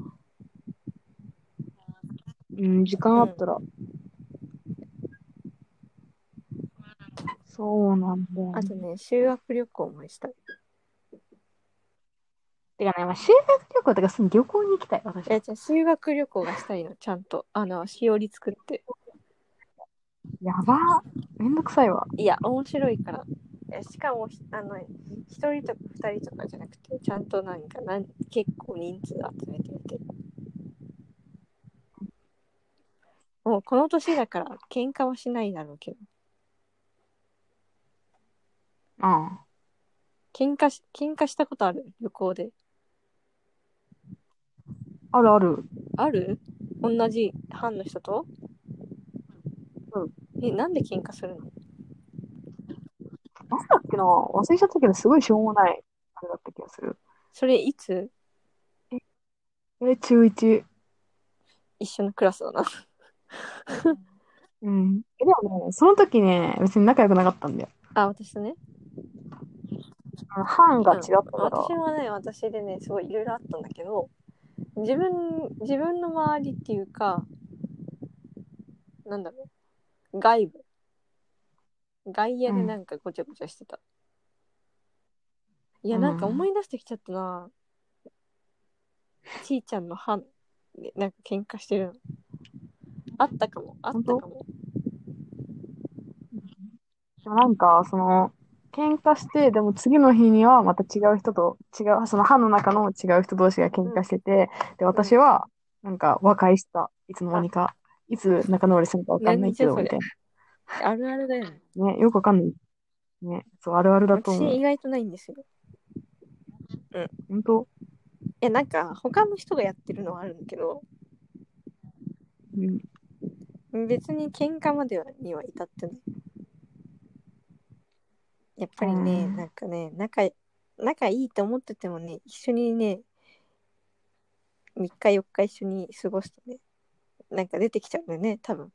うん、時間あったら。そうなんだよね、
あとね、修学旅行もしたい。
てかね、まあ、修学旅行とか、その旅行に行きたい、私
え、。じゃあ修学旅行がしたいの、ちゃんと。あの、しおり作って。
やばめんどくさいわ。
いや、面白いから。えしかも、ひあの、一人とか二人とかじゃなくて、ちゃんとなんか、なん結構人数集めてみて。もうこの年だから喧嘩はしないだろうけど
うん。
喧嘩し喧嘩したことある旅行で
あるある。
ある同じ班の人とえなんで喧嘩するの
なんだっけな忘れちゃったけど、すごいしょうもない、あれだった気がする。
それいつ
え、中1。
一緒のク [laughs] ラスだな
うん。え、でもね、その時ね、別に仲良くなかったんだよ。
あ私ね
あの班が違った
うん
から
私。はね私でねすごいいろいろあったんだけど自分自分の周りっていうかなんだろう外部外野でなんかごちゃごちゃしてた、いやなんか
うん
思い出してきちゃったな、ちーちゃんの歯でなんか喧嘩してるのあったかもあったかも
でもなんか、その、喧嘩して、でも次の日にはまた違う人と、違う、その班の中の違う人同士が喧嘩してて、で、私は、なんか和解した。いつの間にか。いつ仲直りするかわかんないけど、
何
み
じ
たい
ゃあるあるだよね
な。ね、よくわかんない。ね、そう、あるあるだと
私
思う。
意外とないんですよ
本当
いやなんか他の人がやってるのはあるんだけど
うん。
別に喧嘩まではには至ってないやっぱりね
うん
なんかね仲仲いいと思っててもね一緒にね3日4日一緒に過ごすとねなんか出てきちゃうんだよね多分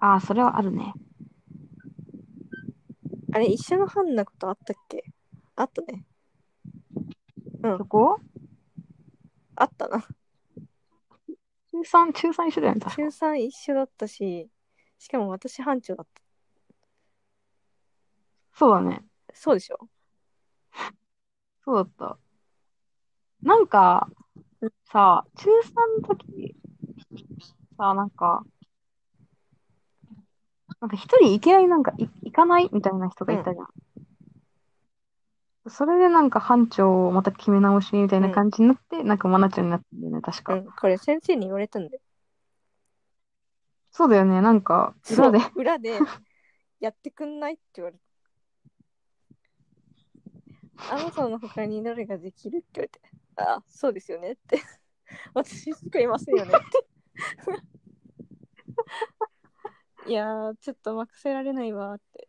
ああ、それはあるね。
あれ一緒の班なことあったっけあったね
そこ
あったな
中3、中3一緒だよね、確か
中3一緒だったししかも私班長だっ
そうだね。
たそうでしょ
そうだった。なんか
う、
さ、中3の時、さ、なんか、なんか一人いきなりなんかい行かないみたいな人がいたじゃん。それでなんか班長をまた決め直しみたいな感じになって、なんかマナちゃんになったんだよね、確
う
か。
んこれ先生に言われたんだよ
そうだよね、なんか、
そ
裏
う
で。 [laughs]
裏でやってくんないって言われてあなたの他に誰ができるって言われてああそうですよねって [laughs] 私しかいませんよねっていやーちょっと任せられないわーって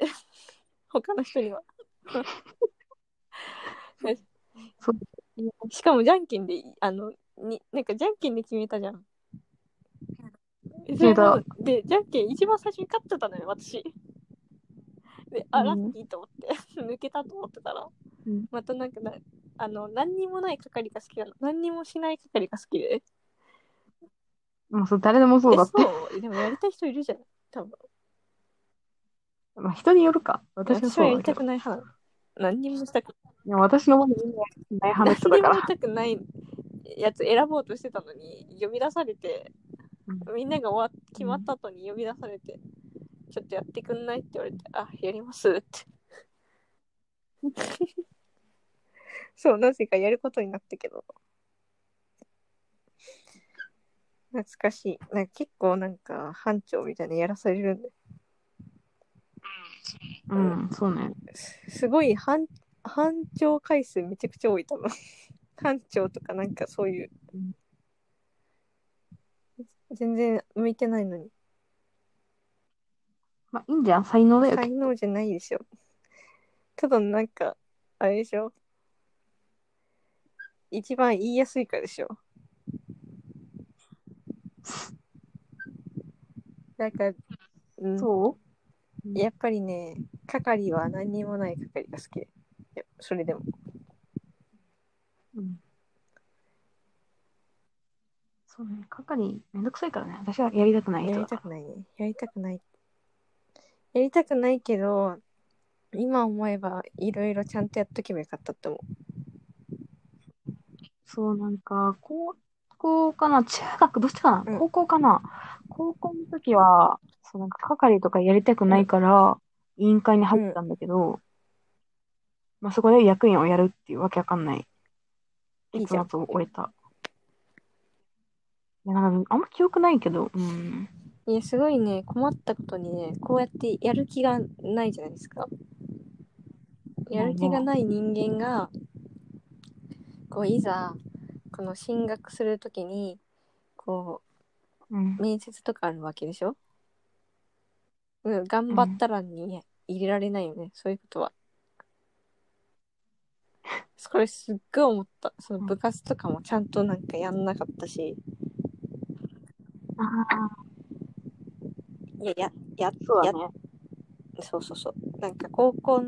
[laughs] 他の人にはしかもじゃんけんであのになんかじゃんけんで決めたじゃん
決めた
それでじゃんけん一番最初に勝ってたのよ私であ
うん
ラッキーと思って [laughs] 抜けたと思ってたら、
うん
またなんかなあの何にもない係が好きなの何にもしない係が好きで
もうそう誰でもそうだって。
えそうでもやりたい人いるじゃん多分
[laughs] まあ人によるか。私は
私
そ
は
う
や
だ
り
け
た
ど。
くない派なの何にもしたく
いや私の前でみんなない
何
話
に
人
も
だ
[laughs]
か
見
ら。
たくないやつ選ぼうとしてたのに呼び出されてみんなが終わ決まった後に呼び出されて、ちょっとやってくんないって言われてあやりますって [laughs] そうなぜかやることになったけど懐かしいなんか結構なんか班長みたいなのやらされるんで
うん、そうね。
すすごい班班長回数めちゃくちゃ多い多分 [laughs] 班長とかなんかそういう
うん
全然向いてないのに
まあいいんじゃん、才能だよ。
才能じゃないでしょただなんかあれでしょ一番言いやすいからでしょなんか、うん、
そう
やっぱりね係は何にもない係が好きいやそれでも
うんそうね、係めんどくさいからね。私はやりたくない
や
人
り
だか
た
ら。
くないね。やりたくない。やりたくないけど、今思えばいろいろちゃんとやっとけばよかったって思
そう、なんか、高校かな、中学、どっちかな、
うん
高校かな。高校の時は、そう、なんか係とかやりたくないから、委員会に入ったんだけど、まあそこで役員をやるっていうわけわかんない。
う。いい
結
じゃん。
末を終えた。いやなんかあんま記憶ないけど、うん。
いや、すごいね、困ったことにね、こうやってやる気がないじゃないですか。やる気がない人間が、こう、いざ、この進学するときに、こ
うん
う、。面接とかあるわけでしょうん、頑張ったらに入れられないよね、そういうことは。これすっごい思った。その部活とかもちゃんとなんかやんなかったし、
ああ、
いや、や、や、
そうだ
や
ね。
そうそうそう。なんか高校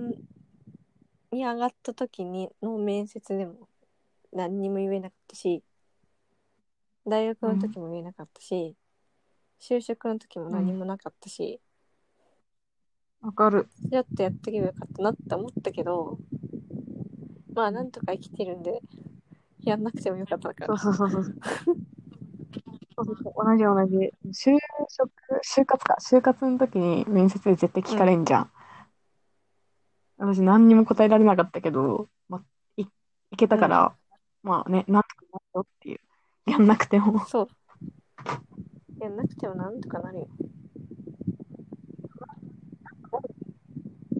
に上がった時にの面接でも何にも言えなかったし、大学の時も言えなかったし、就職の時も何もなかったし、
わかる。
やっとやってけばよかったなって思ったけど、まあなんとか生きてるんで、やんなくてもよかったか
そ
ら
う。そうそうそう。そうそうそう同じ同じ。就職、就活か。就活の時に面接で絶対聞かれんじゃん。私何にも答えられなかったけど、まあ、い、いけたから、まあね、なんとかなるよっていう。やんなくても。
そう。やんなくてもなんとかなるよ。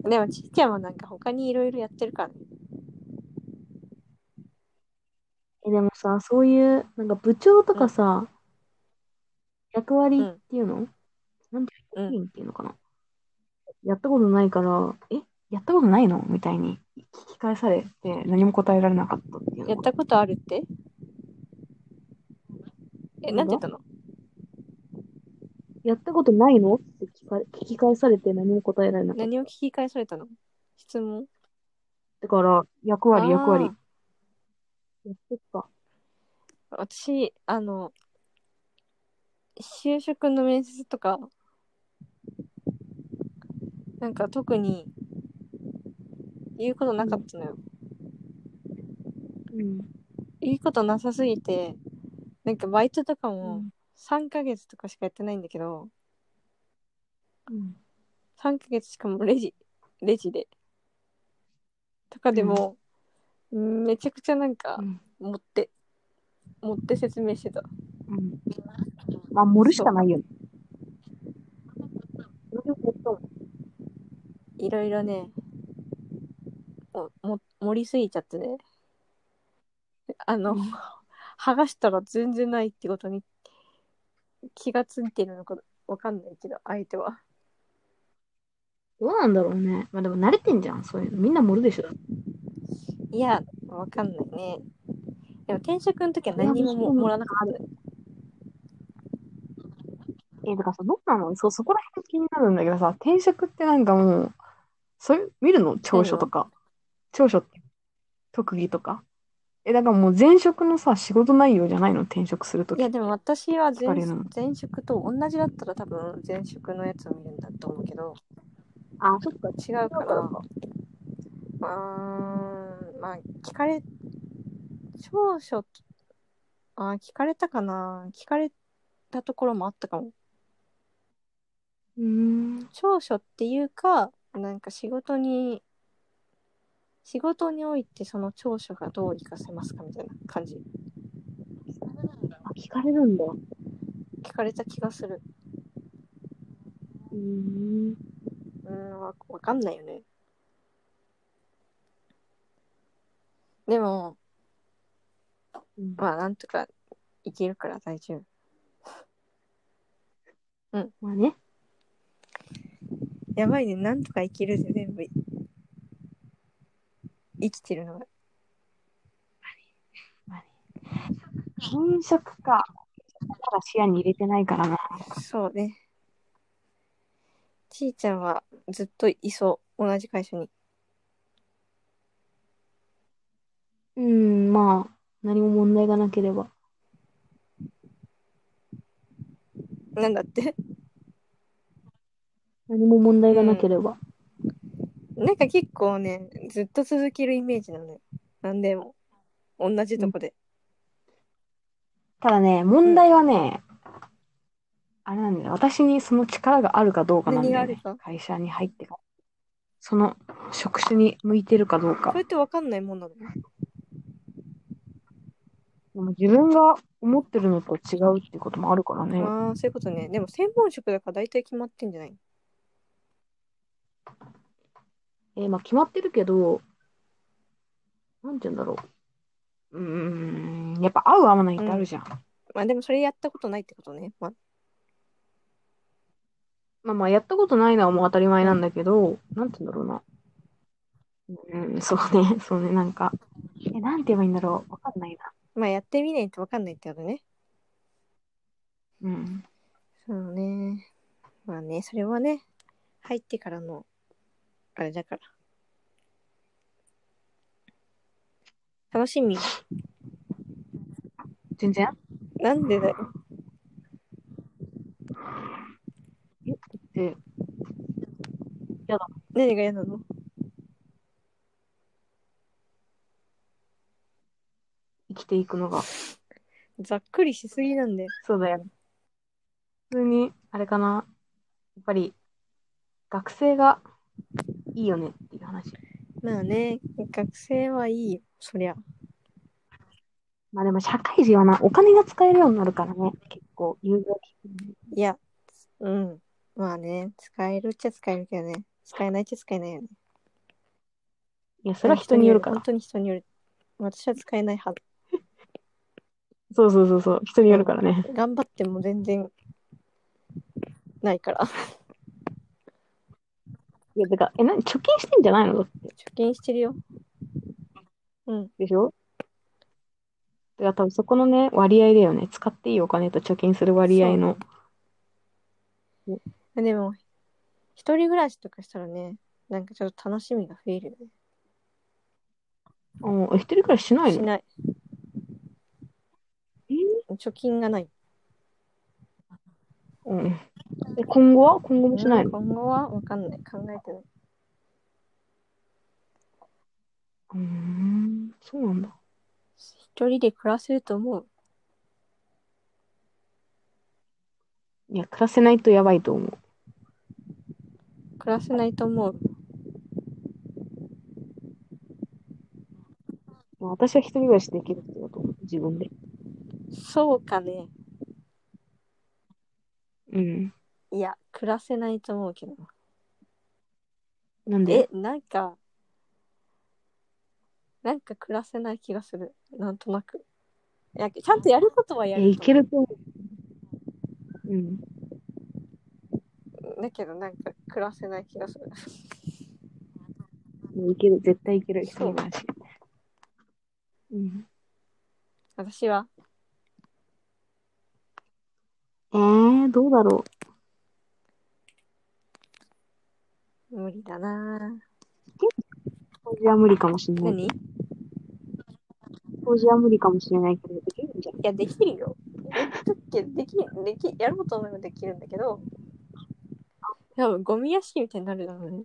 でもちっちゃんはなんか他にいろいろやってるからね。
えでもさ、そういう、なんか部長とかさ、役割っていうの、なんて
う
役
ん。
員っていうのかな、やったことないから、えやったことないのみたいに聞き返されて、何も答えられなかったっていう
や
の
っ
が。
たことあるってえ、なんて言ったの
やったことないのって聞か聞き返されて何も答えられなかっ
何を聞き返されたの質問。
たから、役割、役割
あー。
やってた。
私、あの、就職の面接とか、なんか特に言うことなかったのよ。
うん。
いいことなさすぎてなんかバイトとか
う
も
ん
3ヶ月とかしかやってないんだけど
うん。
3ヶ月しかもレジレジでとかでも、めちゃくちゃなんか
うん。
持って持って説明してた
うんまあ、盛るしかないよね。
いろいろねもも盛りすぎちゃってねあの、 [laughs]
うん
剥がしたら全然ないってことに気がついてるのかわかんないけど相手は
どうなんだろうね。まあでも慣れてんじゃん、そういうの。みんな盛るでしょ。
いや、わかんないね。でも転職の時は何にもももらわなかった。
えー、だからさ、どうなのそう、そこら辺気になるんだけどさ、転職ってなんかもう、そういう、見るの長所とか。長所って、特技とか。え、だからもう前職のさ、仕事内容じゃないの転職すると
い
き。
や、でも私は
疲
前
れるの
前職と同じだったら多分前職のやつを見るんだと思うけど、
あ、そっか。
違うから、うーん、まあ、聞かれ、長所と、あー、聞かれたかな。聞かれたところもあったかも。
うーん。
長所っていうか、なんか仕事に、仕事においてその長所がどう活かせますかみたいな感じ。
あ、聞かれるんだ。う
聞かれた気がする。
ーん。
うーん、わわかんないよね。でも、
うん
まあ、なんとかいけるから大丈夫。
まあね。
やばいね、なんとかいけるで全部い生きてるのが。
転職か。まだ視野に入れてないからな。
そうね。ちーちゃんはずっといそう、同じ会社に。
うん、まあ、何も問題がなければ。
なんだって
何も問題がなければ。
[laughs] なんか結構ね、ずっと続けるイメージなのよ。なんでも。同じとこで。
ただね、問題はね、あれなんだよね。私にその力があるかどうかなんだよ、ね。
何がある
会社に入ってから。その職種に向いてるかどうか
こ。れってわかんないもんなの
でも自分が思ってるのと違うってこともあるからね。
ああ、そういうことね。でも専門職だから大体決まってんじゃない
えーまあ決まってるけど、なんて言うんだろう。うーん、やっぱ合う合わないってあるじゃん。
まあでもそれやったことないってことね。まあ、
まあまあ、やったことないのはもう当たり前なんだけど、なんて言うんだろうな。うん、そうね、そうね、なんか。え、なんて言えばいいんだろう。わかんないな。
まあやってみないとわかんないってことね。
うん。
そうね。まあね、それはね、入ってからの、あれだから。楽しみ。
全然
なんでだよ。
で、
何が嫌なの
生きていくのが。
ざっくりしすぎなんだよ。
そうだよ。普通に、あれかな。やっぱり、学生がいいよねっていう話。
まあね、学生はいいよ、そりゃ。
まあでも社会人はな、お金が使えるようになるからね。結構、有料
いや、うん。まあね、使えるっちゃ使えるけどね。使えないっちゃ使えないよね。
いや、それは人によるから
本。当に人による。私は使えないはず。
そうそうそうそう。人によるからね。
頑張っても全然、ないから。
いや、てか、え、何貯金してんじゃないのだって
貯金してるよ。うん。
でしょだから多分そこのね、割合だよね。使っていいお金と貯金する割合の。
でも、一人暮らしとかしたらね、なんかちょっと楽しみが増えるよね。
うん、一人暮らししない
し
の
ない。貯金がない。
うん。え、今後は今後もしないの
今後はわかんない。考えてない。
うーん、そうなんだ。
一人で暮らせると思う。
いや、暮らせないとやばいと思う。
暮らせないと思う。
まあ私は一人暮らしできるってこと思う。自分で。
そうかね。
うん。
いや、暮らせないと思うけど。
なんで、
えなんか、なんか暮らせない気がする。なんとなく。いやちゃんとやることはや
え、
る
いけると思う。うん。
だけど、なんか暮らせない気がする。
いやいける。絶対いける。一
そう
人暮らし。うん。
私は
えー、どうだろ
無理だな
う。掃除は無理かもしれない。
何い
掃除は無理かもしれないけど、できるんじゃん。
や、できるよ。できるできるできやることもできるんだけど、多分ゴミ屋敷みたいになるだろうね。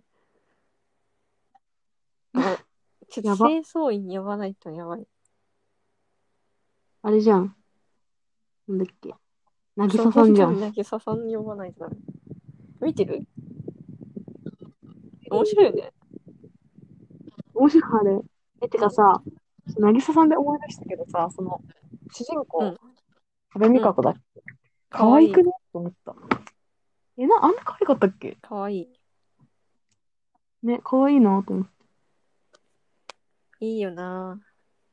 あち
[laughs]
ょ
や
っと
ば
清掃員呼ばないとやばい。
あれじゃん。なんだっけ。なぎさ
そ
さ
うん
じゃん。
渚さん呼ばないとダメ。見てる面白いよね。
面白いあれ。え、てかさ、なぎささんで思い出したけどさ、その、主人
う
公
ん、
阿部美香子だっけ可愛くねと思った。え、な、あんな可愛かったっけ
かわいい。
ね、可愛いなと思って。
いいよな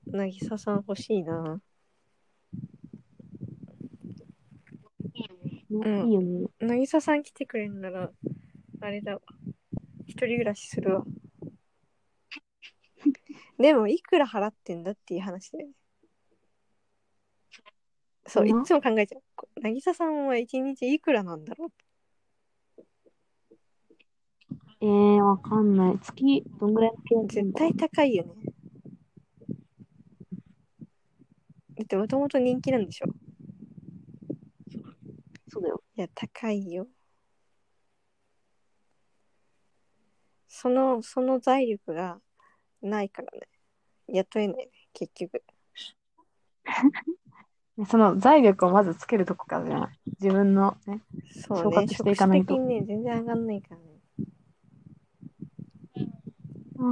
渚さん欲しいな
ね
うん
いいよね。
渚さん来てくれるなら、あれだわ。一人暮らしする [laughs] わ。でも、いくら払ってんだっていう話だよね。そう、い
うん
つも考えちゃう。こ渚さんは一日いくらなんだろう
えー、わかんない。月、どんぐらいの契約
絶対高いよね。だってもともと人気なんでしょ。
そうだよ。
いや、高いよ。その、その財力がないからね。雇えないね、結局。
その財力をまずつけるとこからじゃない。自分のね。
そう
昇
ね、
格していかないと
職種的にね、全然上がんないからね。
う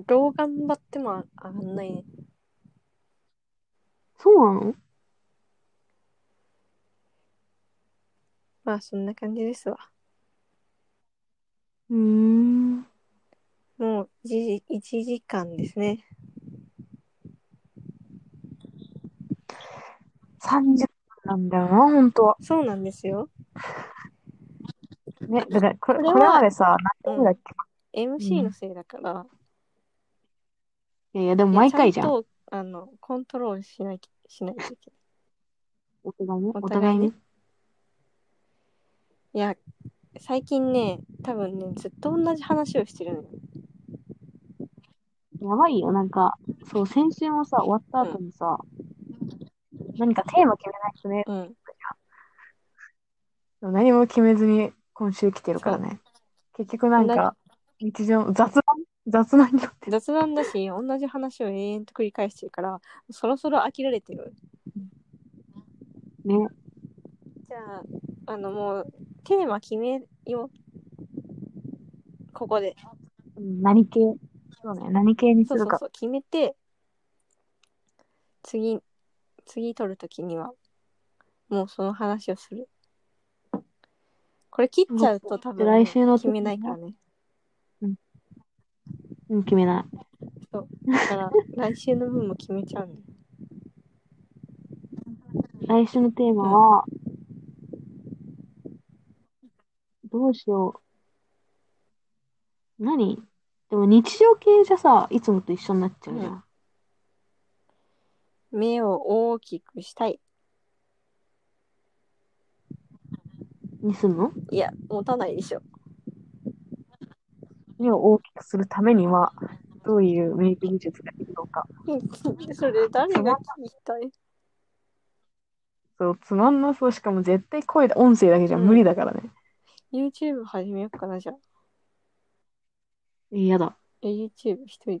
ん。
どう頑張ってもあ上がんないね。
そうなの
まあ、そんな感じですわ。
うーん。
もう1、一時間ですね。
30分なんだよな、本当は。
そうなんですよ。
ね、だからこれ、
こ
こ
れは
れまでさ、
う
何
ん
分だっけ、
MC のせいだから、
いやいや、でも
いや
毎回じゃ
ち
ん。
とあのコントロールしないしないといけない
お互いね。
お
お
互
互
い
い
ね
ね。
いや最近ね多分ねずっと同じ話をしてるのよ
やばいよ、なんか、そう、先週もさ、終わった後にさ、何かテーマ決めないとね。
うん。
でも何も決めずに今週来てるからね。結局なん
な
か、日常、雑談雑談になってる。
雑談だし、同じ話を永遠と繰り返してるから、そろそろ飽きられてる。
ね。
じゃあ、あのもう、テーマ決めよう。ここで。
うん何系そうね。何系にす
そうそ
る
う
か。
そう、決めて、次、次撮るときには、もうその話をする。これ切っちゃうと多分、
来週の時
決めないからね。
うん、決めない。
だから、来週の分も決めちゃうんだよ。
来週のテーマは、どうしよう。何でも日常系じゃさ、いつもと一緒になっちゃうじゃん。
目を大きくしたい。
にすんの
いや、持たないでしょ。 [laughs]
目を大きくするためには、どういうメイク技術がいるのか。
それ誰が聞いたい
そう、つまんなそう。しかも絶対声で、音声だけじゃ
うん
無理だからね。
?YouTube 始めようかな、じゃあ。
え、やだ。
え YouTube 一人で。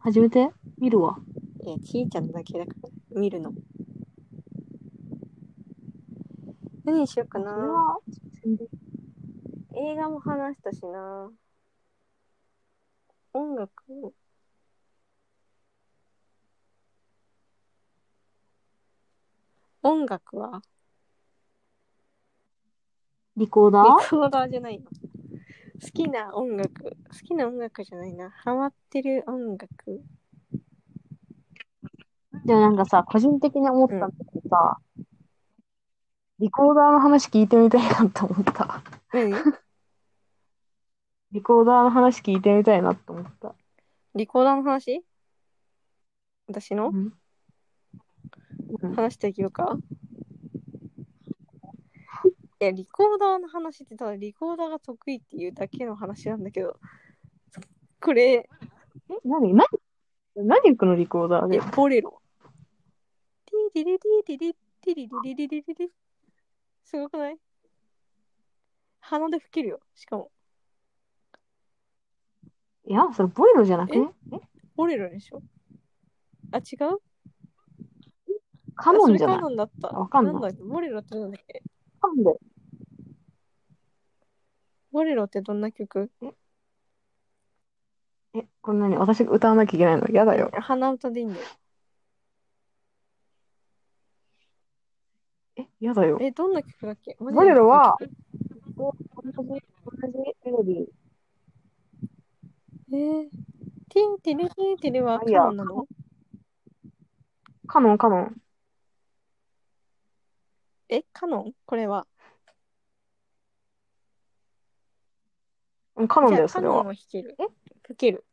始めて。見るわ。
いや、ちいちゃんだけだから、見るの。何にしようか
それ
な。
は宣伝
映画も話したしな。音楽も音楽は
リコーダ
レ
ー
コーダーじゃないの。好きな音楽。好きな音楽じゃないな。ハマってる音楽。
でもなんかさ、個人的に思ったんだけどさ、リコーダーの話聞いてみたいなって思った。
[laughs] 何
リコーダーの話聞いてみたいなって思った。
リコーダーの話私の
うんうん
話していきようか。いや、リコーダーの話ってただリコーダーが得意っていうだけの話なんだけど、これ、
え、何何何このリコーダー
え
で。
ボレロ。ティリリリリリティリリリリリリリすごくない鼻で吹けるよ。しかも、
いや、それボイロじゃなくね
ボレロでしょ。あ、違う
カノ
あそ
ン
れ
じゃない
カノンだった。
わかんない
なんだっけボレロってなんだっけ
カノンだよ
ボレロってどんな曲
え、これ何私が歌わなきゃいけないの嫌だよ。
鼻歌でいいんだよ。
え、嫌だよ。
え、どんな曲だっけマジで
ボレロは、同じ、同じメロディー。
えー、ティンティルティンティルはカノンなの
カノン、カノン。
え、カノンこれは。
うん、カノンだ
じゃ
よ、
あ
そ
カ
れ
ノ
は
ン。は弾ける。え吹ける。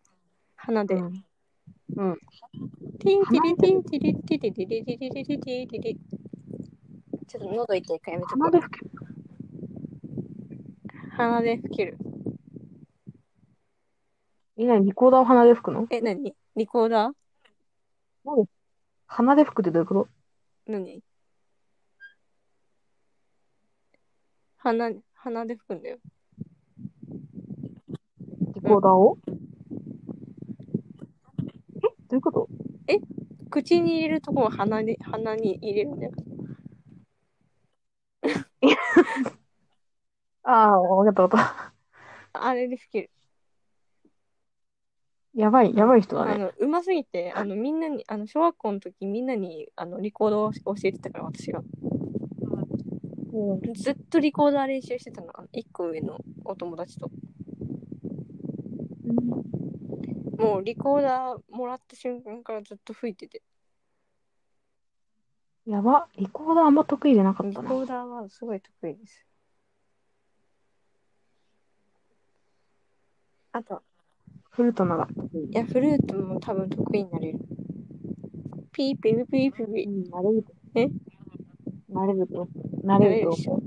鼻で。
うんうん。
ティンティルティンティルティルティルティルティルティルティルちょっと喉痛いからやめとこ
鼻
う
で吹ける。
鼻で吹ける。
え、何リコーダーを鼻で吹くの
え、何リコーダー
鼻で吹くってどういうこと
何鼻、鼻で吹くんだよ。
リコーダーを、えどういうこと
口に入れるとこは鼻に、鼻に入れるんだよ。
ああ、わかったわかった。
あれで吹ける。
やばい、やばい人だね。
あのうますぎてあのみんなにあの小学校の時みんなにあのリコードを教えてたから私が
うん
ずっとリコーダー練習してたのあの1個上のお友達ともうリコーダーもらった瞬間からずっと吹いてて
やば、リコーダーあんま得意じゃなかっ
リ
た
コ
な。
ーダーはすごい得意ですあと
フルートなら。
いやフルートも多分得意になれるピーピーピーピーピー
うん、慣れると。
え
慣れると。慣
な
れ
れ
る
るで
と。
しょ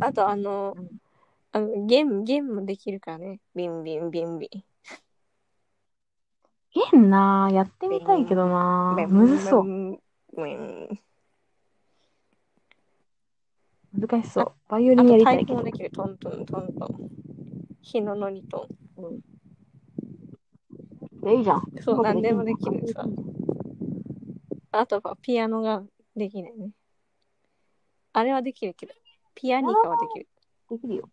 あとあの
うん
あの弦弦もできるからねビンビンビンビン
げんなやってみたいけどなむずそう。
う。
難しそう。バイオリ
あ
ンや
と
りた
太
いけど
鼓もで。きる。トントントントン。日ののにト
えいいじゃん。
ン。そう、
僕
何でもで
る
きるさ。あとはピアノができないね。あれはできるけど、ピアニカはできる。
できるよ。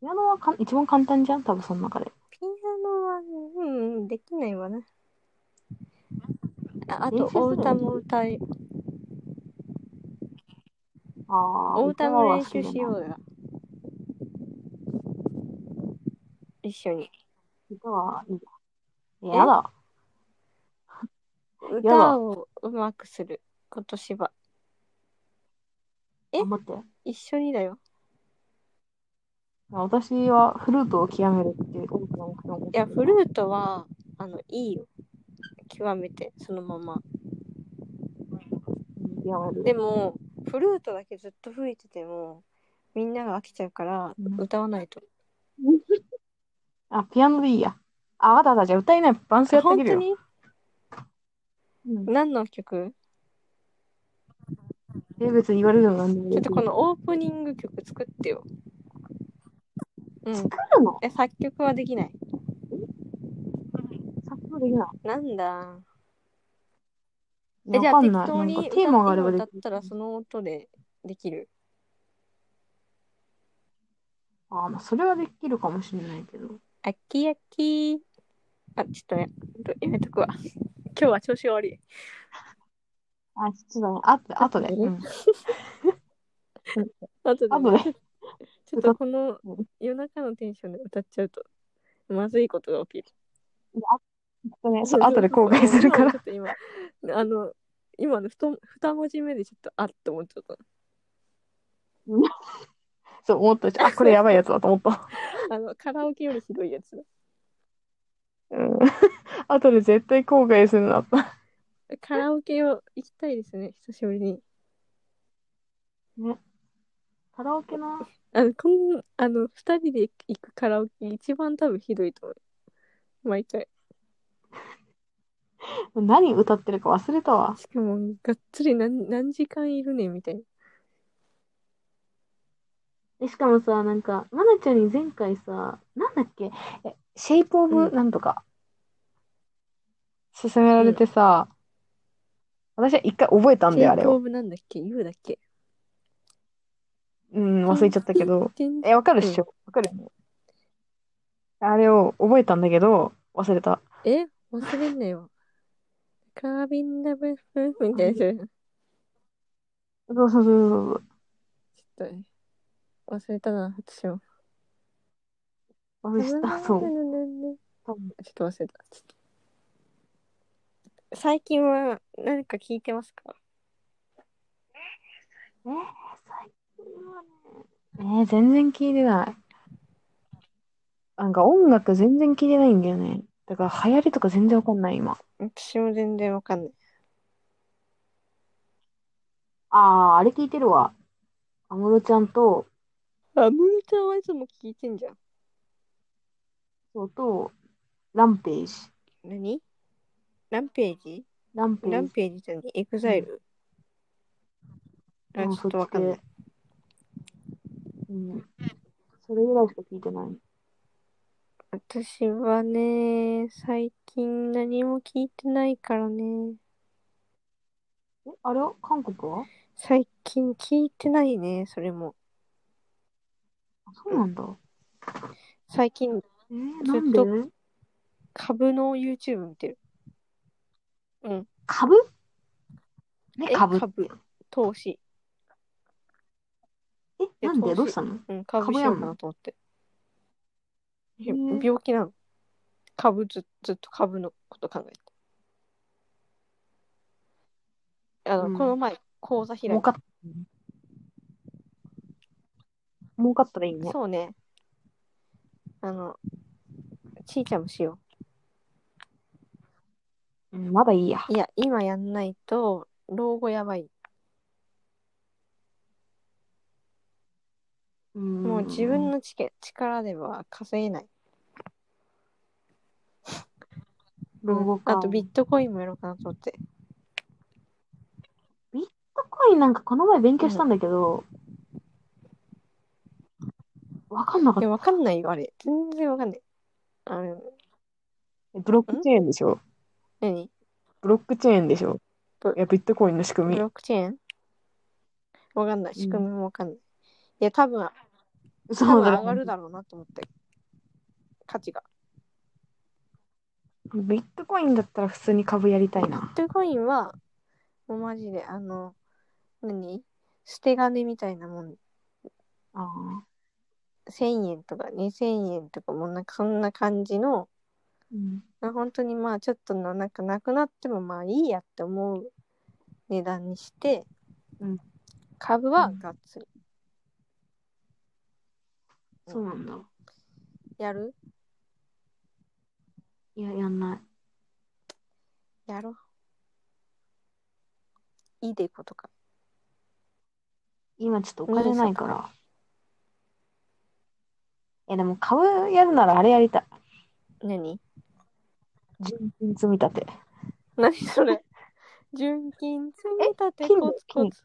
ピアノはかん一番簡単じゃん多分その中で。
ピアノは、うん、できないわな。ああ
練習、
と
する
お歌も歌い、
ああ。
お歌も練習しよ
う。
うよ。一緒に。
歌はいいや。やだ。だ
歌をうまくする、今年は。え
頑張って。
一緒にだよ。
私はフルートを極めるっていう大きな目標を持っ
い
て
や、
る
フルートは、あの、いいよ。極めて、そのまま。
うん極める。
でも、フルートだけずっと吹いてても、みんなが飽きちゃうから、歌わないと。
あ、ピアノでいいや。あ、わだわだじゃあ歌えない。伴奏やって
本
みる
当
よ。
に
うん
何の曲
え、別に言われるのなんでも
ちょっ
別
と
に
このオープニング曲作ってよ。うん。
作るの
え、作曲はできない。
作曲できな
なんだ。
い。
え、じゃ
わか
あ
ん
適
ない
当に
なん
歌
かテーマがあればで
だっ
きる
た。らその音でできる。
あ、まあ、それはできるかもしれないけど。
あきあき。あ、ちょっとややめとくわ。今日は調子悪い。
あ、ちょっとね、あと、あとで。
後でね
うん
あとで
あと
ね、
で。
ちょっとこの
うん
夜中のテンションで歌っちゃうと、まずいことが起きる。
ね、そう、後で後悔するか
今
ら
ちょ。っと今、あの、今のふと二文字目でちょっとあって思っちゃった。
そう、思ったし、あ、これやばいやつだと思った。
あの、カラオケよりひどいやつ。
うん。後で絶対後悔するなった。
カラオケを行きたいですね、久しぶりに。
カラオケな。
あの、こんあの二人で行くカラオケ、一番多分ひどいと思う。毎回。
何歌ってるか忘れたわ。
しかも、がっつり何何時間いるね、みたいな。
えしかもさ、なんか、まなちゃんに前回さ、なんだっけ、えシェイプオ
う
ブ
ん
なんとか、勧められてさ、私は一回覚えたんだよ、あれ
シェイプ
を。
オブなんだっけ ?U だっけ
うん、忘れちゃったけど。
てんてん
え、わかるっしょわかるよねあれを覚えたんだけど、忘れた。
え忘れんなよ。カービンダブフみたいな。ちょっ
そうそうそうそう。
と、忘れたな、私も。
忘れてた。そう。多分
ちょっと忘れた。ちょっと最近は何か聞いてますか
えー、最近はね。えー、全然聞いてない。なんか音楽全然聞いてないんだよね。だから流行りとか全然わかんない、今。
私も全然わかんない。
ああ、あれ聞いてるわ。安室ちゃんと、
あ、むーちゃんはいつも聞いてんじゃん。
そうと、ランページ。
何ランページ
ランペ
ラ
ー
ン
ジ。
ページじゃねエグザイルあ、
うん
ちょっとわかんない。
うん。それぐらいしか聞いてない。
私はね、最近何も聞いてないからね。
え、あれは韓国は
最近聞いてないね、それも。
あそうなんだ。
最近
えー、
ず
な
っ
ん
と
で
株の YouTube 見てる。
株ね、
え
株。
株投資。
え、なん
え
でど
投資
うしたの
うん、株
株
し
や
よ
ん
うかなと思って。
へ
え
ー
病気なの。株ず、ずっと株のこと考えて。あの、
うん
この前、口座開い
儲
た。
かった。儲かったらいいね。
そうね。あの、ちーちゃんもしよ
うんまだいいや。
う。いや、今やんないと、老後やばい。も
も
う自分のちけ力では稼げない。
ロゴか。
あとビットコインもやろうかなと思って。
ットコインなんかこの前勉強したんだけど、わかんなかっ
い
た
や、。わかんないよ、あれ。全然わかんない。あの、
ブロックチェーンでしょ
何
ブロックチェーンでしょ
ブ
いや、ビットコインの仕
ブ
組み
ロ。ックチェーンわかんない。
うん
仕組みもわかんない。いや、多分、多
そ
分
うだ
上がるだろうなと思って。価値が。
ビットコインだったら普通に株やりたい
ビ
な。
ットコインは、もうマジで、あの、何捨て金みたいなもん。
ああ。
1000円とか2000円とかもうなんかそんな感じの、
うん。
まあ本当にまあちょっとのなんかなくなってもまあいいやって思う値段にして、
うん
株はがっつり
そうなんだ。
やる
いや、やんない。
やろういいでことか
今ちょっとお金ないから。え、でも株やるならあれやりたい。
何 [laughs]
純金積み立て。
何それ [laughs] 純金積み立て
金
コツコツ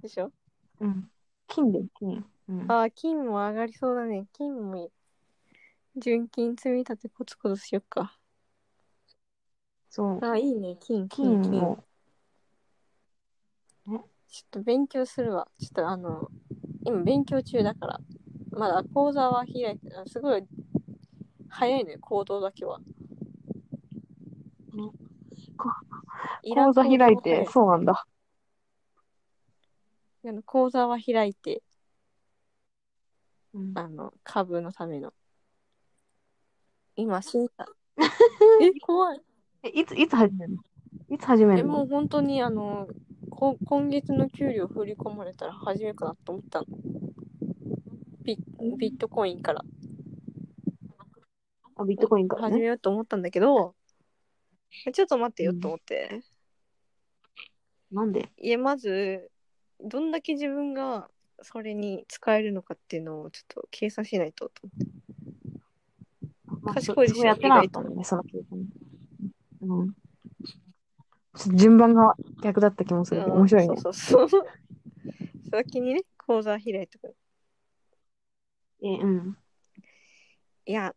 でしょ
うん。金で、金。うん。
ああ金も上がりそうだね金もいい純金積み立てコツコツしよっか
そう。
ああいいね金
金
金金
も。
ちょっと勉強するわ。ちょっとあの、今勉強中だから、まだ講座は開いて、あすごい早いね、行動だけは。
こ
いらん
口座開い
行動も早
て、そうなんだ。
あの講座は開いて、
うん
あの、株のための。今、死
[laughs]
んだ。え、怖い。
え、いつ、いつ始めるのいつ始め
え、
る
も
の
う本当にあの、こ今月の給料振り込まれたら始めるかなと思ったの。ビビットコインから
あ、ビットコインから
始
ね。
めようと思ったんだけど、ちょっと待ってよ
うん
と思って。
なんで
いやまずどんだけ自分がそれに使えるのかっていうのをちょっと計算しないとと思って
まあ
賢
そ
いでしょ
そうやってなかったもんね、その経験。うん。ちょっと順番が逆だった気もするけど、面白いね。
そうそう [laughs] そう先にね講座開いとく
え、うん。
いや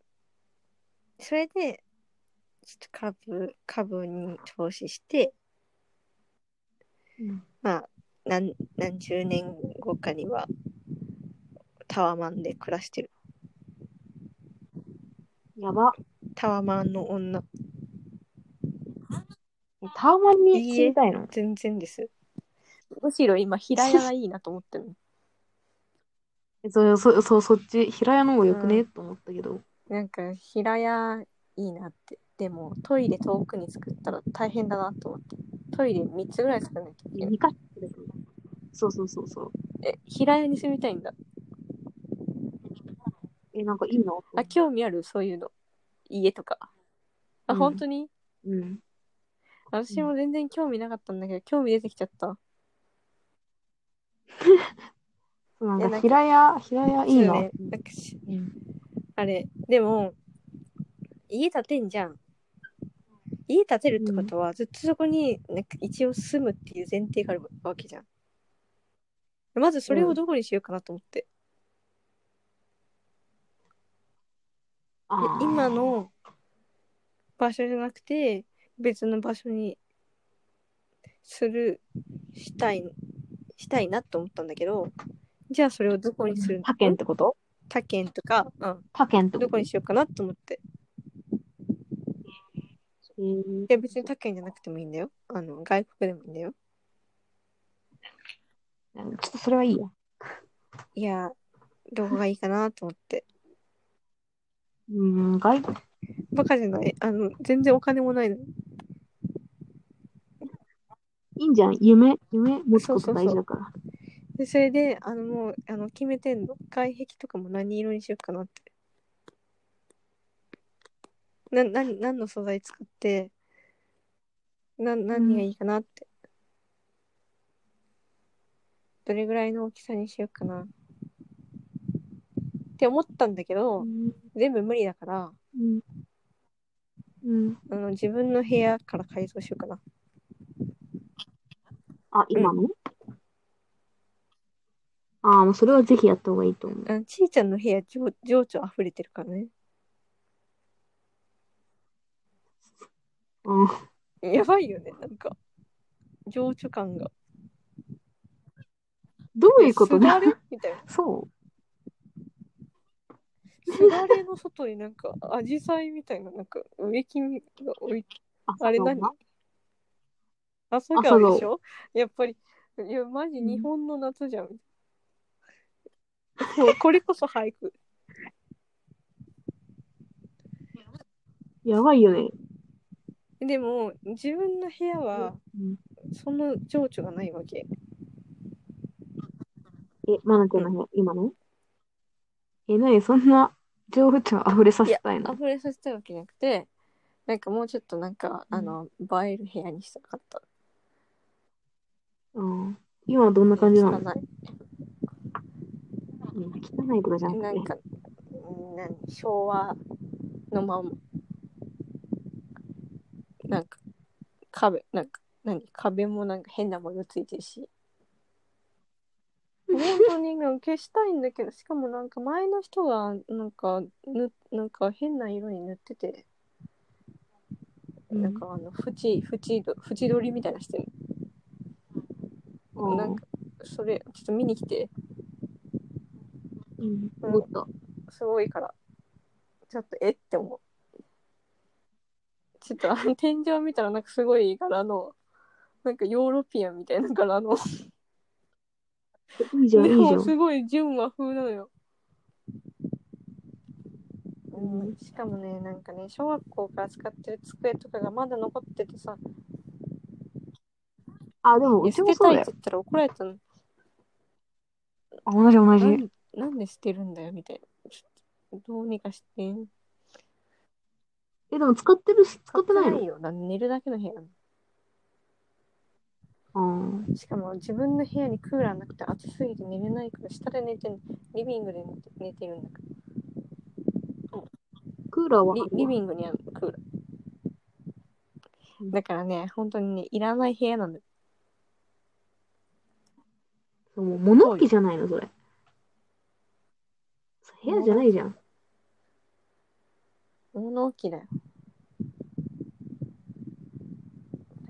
それでちょっと株株に投資して
うん
まあ何何十年後かにはタワマンで暮らしてる
やば。
タワマンの女
えタワマンに住みたいの
全然ですむしろ今平屋がいいなと思ってるの
えそう、そう、そう、そっち、平屋の方がよくね、
うん
と思ったけど。
なんか平屋いいなってでもトイレ遠くに作ったら大変だなと思ってトイレ3つぐらい作らなきゃいけない
2か所くらいかなそうそうそうそう。
え平屋に住みたいんだ
え、なんかいいの
あ興味あるそういうの家とかあ、
うん
本当に
うん。
私も全然興味なかったんだけど興味出てきちゃった
そうなん
えな
か
んか
平屋、平屋いいな。
そうねなんかし
うん
あれでも家建てんじゃん家建てるってことはずっとそこになんか一応住むっていう前提があるわけじゃんまずそれをどこにしようかなと思って、で
あー
今の場所じゃなくて別の場所にするしたいしたいなと思ったんだけどじゃあそれをどこにするの
他県っ
ん
てこと
他県とか、うん、
他県ってこ
ど
と
こにしようかなと思って
えー
いや別に他県じゃなくてもいいんだよあの外国でもいいんだよ
ちょっとそれはいいや。
いやどこがいいかなと思って
うん、外
バカじゃないあの全然お金もないの
いいんじゃん。夢、夢持つこ
そ
と
うそうそう
大事だから。
でそれであのもうあの決めてんの外壁とかも何色にしようかなってな何何の素材使ってな何がいいかなって、どれぐらいの大きさにしようかなって思ったんだけど、
うん
全部無理だから
うんうん。
あの自分の部屋から改造しようかな。
あ、今の、ああ、もうそれはぜひやった方がいいと思う。
あのちいちゃんの部屋情情緒あふれてるからね。
うん。
やばいよねなんか情緒感が。
どういうこと
す
だ
だれみたいな。
[laughs] そう。
すだれの外になんかアジサイみたいななんか植木が置いてあれ何朝
朝
顔
顔
でしょやっぱりいやマジ
うん
日本の夏じゃん。そうこれこそ俳句。
やばいよね。
でも自分の部屋は
うん
その情緒がないわけ。
え、マナちゃんの部屋、今のえ、なにそんな情報値を溢れさせたいの
溢れさせたいわけじゃなくてなんかもうちょっとなんか、
うん
あの映える部屋にしたかった。
うん。今はどんな感じなの
汚
汚
い
いとかじゃな
な
く
ん
て。
か、うん何昭和のまんま。なんか、壁、なんか、何壁もなんか変な模様ついて
[laughs]
るし。本当になんか消したいんだけど、しかもなんか前の人がなんか、ぬなんか変な色に塗ってて、
うん
なんかあの、縁、縁ど、縁取りみたいなしてる。
うん
なんか、それ、ちょっと見に来て、
うんもっと。
すごいから、ちょっとえって思う。ちょっとあの天井見たらなんかすごい柄の、なんかヨーロピアンみたいな柄の。
いいじ
で
ゃん、いいじゃ
も
ん。
すごい純和風なのよ。
ん
うん、しかもね、なんかね、小学校から使ってる机とかがまだ残っててさ、
あ、でも、うち
捨
も
て
そ
た
う
い
だ
って
よ。
言ったら怒られたの。
あ、同じ同じ。
なんなんで捨てるんだよみたいな。ちょっとどうにかして。
え、でも使ってるし、使ってない
な
の
いよ。だって寝るだけの部屋なの
うん。
しかも自分の部屋にクーラーなくて暑すぎて寝れないから下で寝てんリビングで寝て寝てるんだけ
クーラーは
どリリビングにあるクーラ
うん
ーだからね本当にねいらない部屋なんだよ
そうもう物置じゃないの、それ。部屋じゃないじゃん。
物置だよ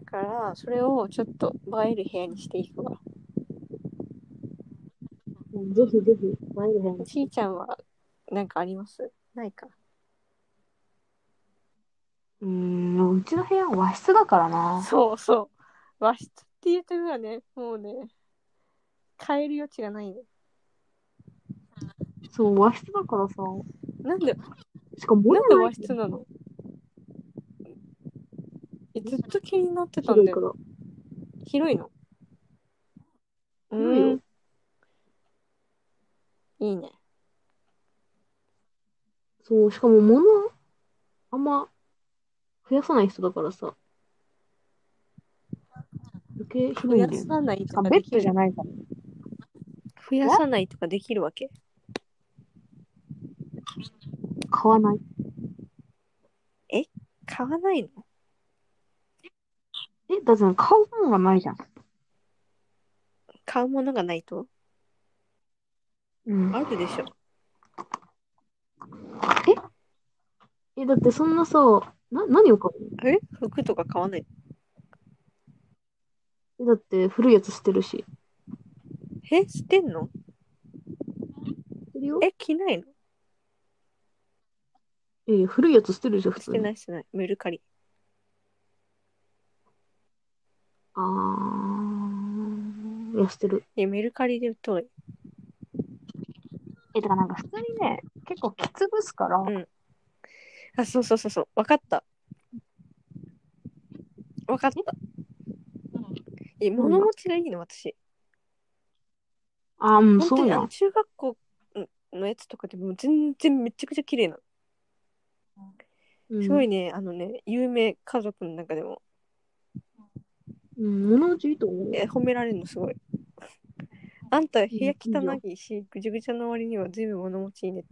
だからそれをちょっと映える部屋にしていくわ
うんぜひぜひ、ワイルドやん
ちいちゃんはなんかありますないか
うーん、うちの部屋は和室だからな。
そうそう和室っていうとこがねもうね変える余地がないね
そう、和室だからさ。
なんで
しかも、
なんで
も
和室なのえずっと気になってたんだ
か
よ。
ら。
広いの
広いよ
うんいいね。
そう、しかも物、あんま増やさない人だからさ。余計
増
広い
や
んだよね。
さないと
あ
か
ベ
で
ッ
き
ド
る。
じゃないから。
増やさないとかできるわけ。
買わない。
買わないの
え、だって買うものがないじゃん。
買うものがないと
うん。
あるでしょ。
え、だってそんなさ、な、何を買う
え服とか買わない。
のだって古いやつ捨てるし。
え捨てん
捨
の
てるよ。
え着ないの
ええ、古いやつ捨てるじゃん、普
捨
通
て
に。
ない捨てない。メルカリ。
あー。いや、捨てる。
いやメルカリで売っとる。
え、だからなんか普通にね、結構きつぶすから、
んあそうそうそうそう。わかった。わかった。え物持ちがいいの私。
あー、もう
本当
そう
に
や
あの
ん。
中学校のやつとかでも全然めちゃくちゃ綺麗な
うん
すごいね、あのね有名家族の中でも
うん、物持ちいいと思うよ。
え褒められるのすごいあんた部屋
いいよ
汚いしぐちゃぐちゃの割には全部物持ちいいねっ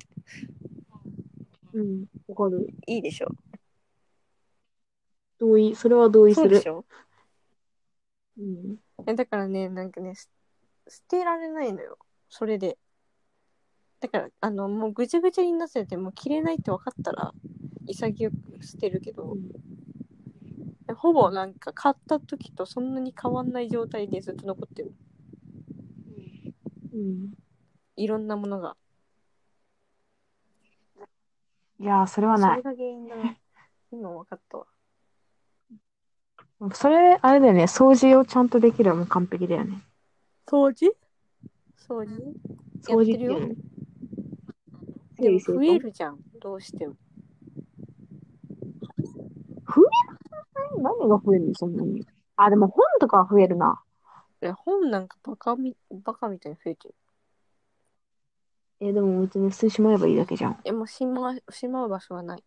うん、わかる。
ていいでしょ
同意、それは同意す
そうで
る
し。ょ
うん、
えだからねなんかねす捨てられないのよそれでだからあのもうぐちゃぐちゃになっててもう着れないって分かったら潔く捨てるけどほぼなんか買った時とそんなに変わんない状態でずっと残ってる
うん
いろんなものが
いやー、それは
そ
な
れ
い。
が原因だ [laughs] な今分かったわ
それ、あれだよね、掃除をちゃんとできるのも完璧だよね。
掃除掃除
掃除
やってる
っ
よ
ていうの整理
でも
整
増
頓
えるじゃんどうしても
何が増えるの、そんなに。あ、でも本とかは増えるな。
いや本なんかバカみバカみたいに増えてる
え、でも別に捨てしまえばいいだけじゃん。
えもうしましまう場所がない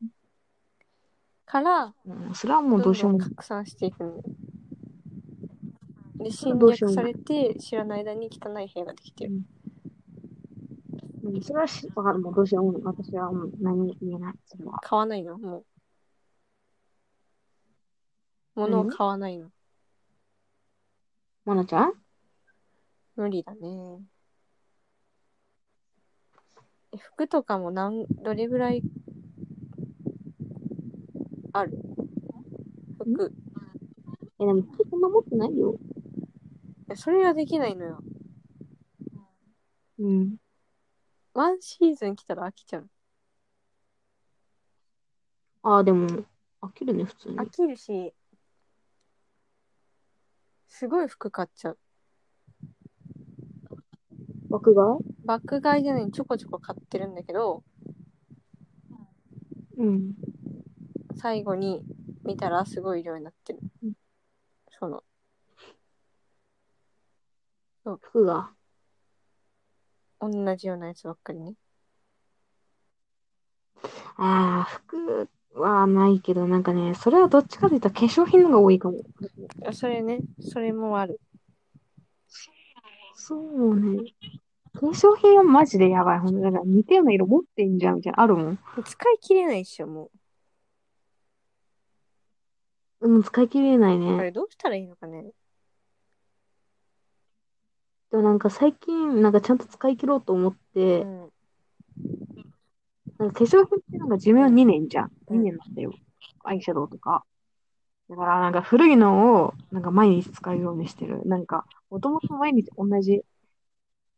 から
うん、それはも
ど
うんど
ど
うしようんもない。
拡散していくので
それは
侵
どうしよう
略
もな
さ
い
れて知らない間に汚い部屋ができてる
うんそれはし、わかる。もうどうしようもない。私はもう何も言えない。それは。
買わないのもう物を買わないの
まなちゃん
無理だねえ服とかもなんどれぐらいある服
え、でも、そんな持ってないよ。
えそれができないのよ
うん。
ワンシーズン来たら飽きちゃう
ああ、でも、飽きるね、普通に。
飽きるしすごい服買っちゃう
爆買
爆買いじゃないちょこちょこ買ってるんだけど
いうん。
最後に見たらすごい量になってる
うん
その
服が。
同じようなやつばっかりね
ああ、服はないけど、なんかね、それはどっちかというと化粧品のが多いかも。
あそれねそれもある
そうね。化粧品はマジでやばい。ほんとだから似たような色持ってんじゃん、みたいな。あるもん。
使い切れないっしょも
うん、使い切れないう
あ
ね。
れどうしたらいいのかね
でもなんか最近、なんかちゃんと使い切ろうと思っ
う
て、
ん
なんか化粧品ってなんか寿命2年じゃん。
うん
2年なんだよ。アイシャドウとか。だからなんか古いのをなんか毎日使うようにしてる。なんか、もともと毎日同じ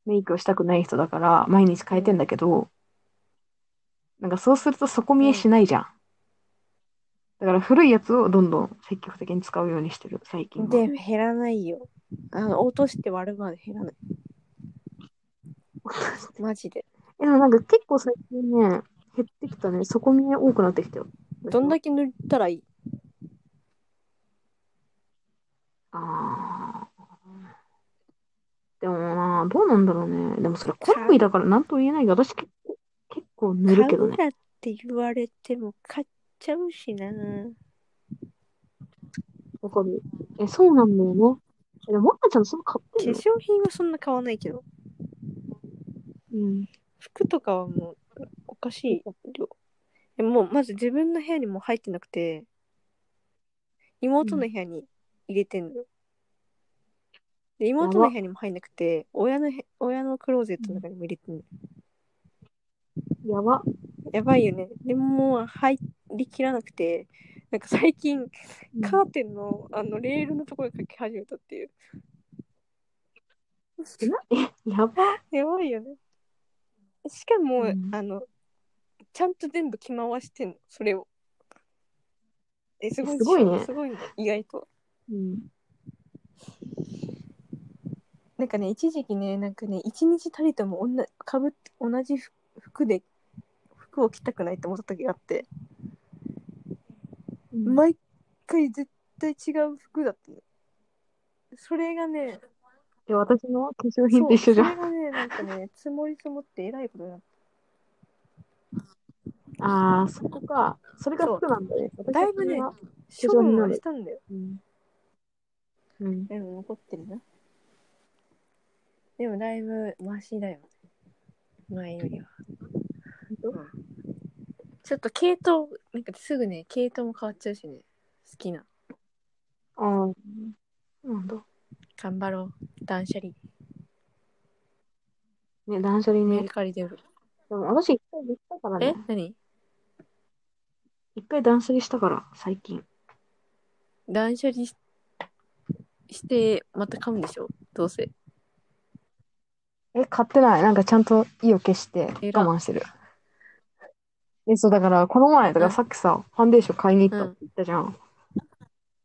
メイクをしたくない人だから毎日変えてんだけど、なんかそうすると底見えしないじゃん。だから古いやつをどんどん積極的に使うようにしてる、最近は。
でも減らないよあの落として割るまで減らない [laughs] マジで
えでもなんか結構最近ね、減ってきたね。底見え多くなってきたよ。
どんだけ塗ったらいい
ああ。でもなあ、どうなんだろうね。でもそれ好みだからなんとも言えないけど、私結構、結構塗るけどね。
買うなって言われても買っちゃうしな
わかる。え、そうなんだよね。え、でも、もなちゃんその買っ
化
てんの
粧品はそんな買わないけど
うん。
服とかはもうおかしい量えもうまず自分の部屋にも入ってなくて妹の部屋に入れてんのよ、で妹の部屋にも入んなくて親の部親のクローゼットの中にも入れてんの
やば。
やばいよねでももう入りきらなくてなんか最近カーテンのあのレールのところに書き始めたっていう
えなえ、やば。
やばいよね。しかも、
うん
あの、ちゃんと全部着回してんの、それを。え、すごい
すごいね
すごいね、意外と。
うん。
なんかね、一時期ね、なんかね、一日たりとも同じかぶって同じ服服で、服を着たくないって思った時があって、
うん
毎回絶対違う服だったの。それがね、
え、私の化粧
そ [laughs]
品と
う
一緒
そ
じ
れ
ゃん。
がね、なんかね、積もり積もってえらいことになって。
ああ、そこか。それが服なんだね。私は
だいぶね
それは
処
非常に
分
な
は
る
したんだよ。
うん。うん。
でも残ってるな。でもだいぶマシだよ。前よりは。ちょっと系統、なんかすぐね、系統も変わっちゃうしね。好きな。
うん。なんだ。
頑張ろう。断捨離。
ね、断捨離
メ
ね
ル。カリで売る。
でも私一回できたから
え
ね。
何
一回断捨離したから、最近。
断捨離しして、また買うんでしょどうせ。
え、買ってない。なんかちゃんと意を消して
偉い
我慢してる。え、そうだから、この前、だか
う
ら
ん
さっきさ、ファンデーション買いに行ったって言ったじゃん。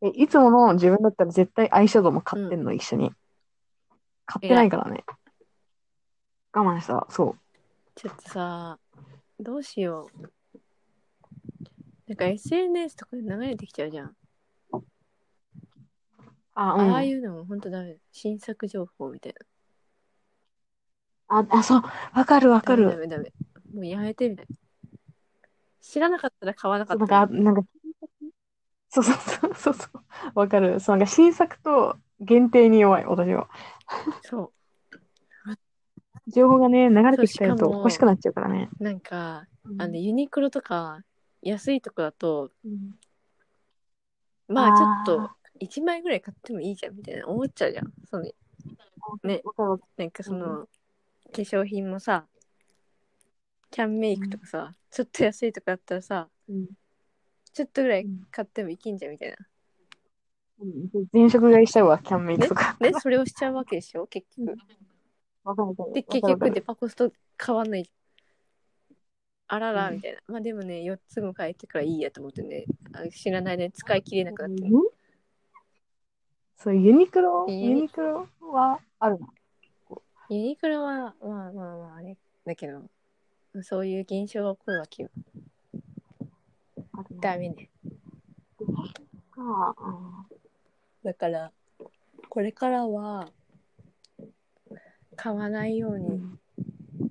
え、いつもの自分だったら絶対アイシャドウも買ってんの、一緒に。買ってないからね。我慢した、そ
ちょっとさ、どうしよう。なんか SNS とかで流れてきちゃうじゃん。
う。あ、う
ああ
ん。
いうのも本当ダメだ。新作情報みたいな。
あ、あ、そう。わかるわ
わ
か
ダ
る。
メダメダメ。もうやめてみたいな。知らなかったら買わなか
そ
っ
うなん
たら。
か、なんか、そうそうそうそうそう。わかる。そう、なんか新作と限定に弱い、私は。
そ
情報がね、流れてきちゃう
そうしか
と
も
欲しくなっちゃうからね。
う。なんか、
うん
あの、ユニクロとか、安いとこだと、
うん
まあちょっ
あ
と、1枚ぐらい買ってもいいじゃんみたいな思っちゃうじゃん。そのね、
わかるわか
なんかその、化粧品もさ、キャンメイクとかさ、ちょっと安いとかだったらさ、
る。うん
ちょっとぐらい買ってもいけんじゃんみたい
うん前職買いしちゃうわ、キャンメイクとか。
な。ね、それをしちゃうわけでしょ、結
うん
局。
わかるわかる
で、
わ
結
かるわか
局
る
デパコスと変わんない。あらら、
うん
みたいな。まあでもね、4つも買えてからいいやと思ってね、あ知らないで使い切れなくなってる。
うんそう、ユニクロ、
えー
ユニクロはあるな。
ユニクロは、まあまあまあ、あれだけど、そういう現象が起こるわけよ。
あるな
ダメね。
ああ
だから、これからは、買わないよう
う
に
ん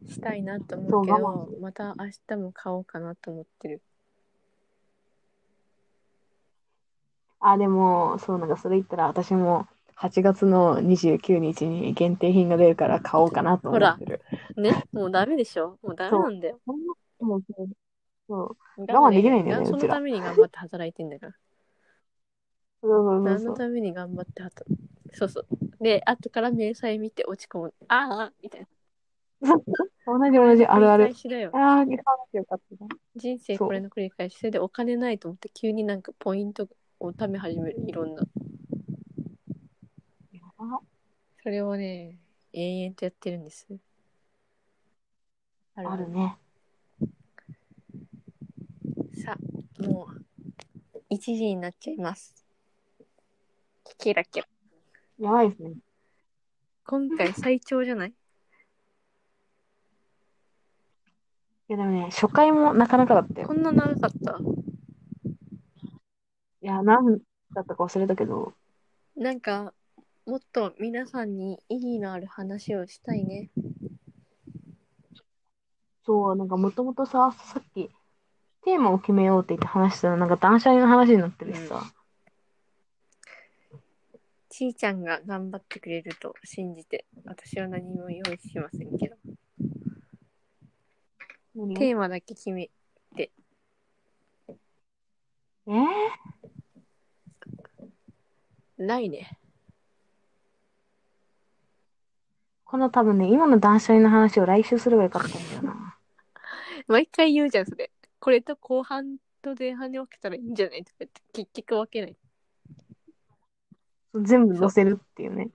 したいなと思うけ
そう我慢
ど、また明日も買おうかなと思ってる。
あ、でも、そう、なんかそれ言ったら、私も8月の29日に限定品が出るから買おうかなと思ってる。
ね、もうダメでしょもうダメなんだよ。
そんなそうそうそう
我
慢できないんだよね
そうの
ちら
ために頑張って働いてんだから。
そうそう
何
そ
の
うそう
ために頑張って働いそうそう。で、後から明細見て落ち込む。ああ、みたいな。
同じ同じ、あるあ
繰り
る
返。しだよ。
ああ、買わなきゃよかったな。
人生これの繰り返し。それでお金ないと思って急になんかポイントを貯め始める。いろんな。
ば
それをね、延々とやってるんです。あ
あるね。
さあ、もう、1時になっちゃいます。キラキラ。
やばいですね。
今回最長じゃない
いやでもね、初回もなかなかだったよ
こ。んな長かった
いや、何だったか忘れたけど、
なんか、もっと皆さんに意義のある話をしたいね。
そう、なんかもともとさ、さっき、テーマを決めようって言って話したら、なんか断捨離の話になってるしさ。
ちーちゃんが頑張ってくれると信じて、私は何も用意しませんけど。
何
テーマだけ決
え
め、
ー、
ないね。
この多分ね、今の断捨離の話を来週すればよかったんだよな。
毎回言うじゃん、それ。これと後半と前半に分けたらいいんじゃないとか言って、結局分けない。
全部載せるっていうね。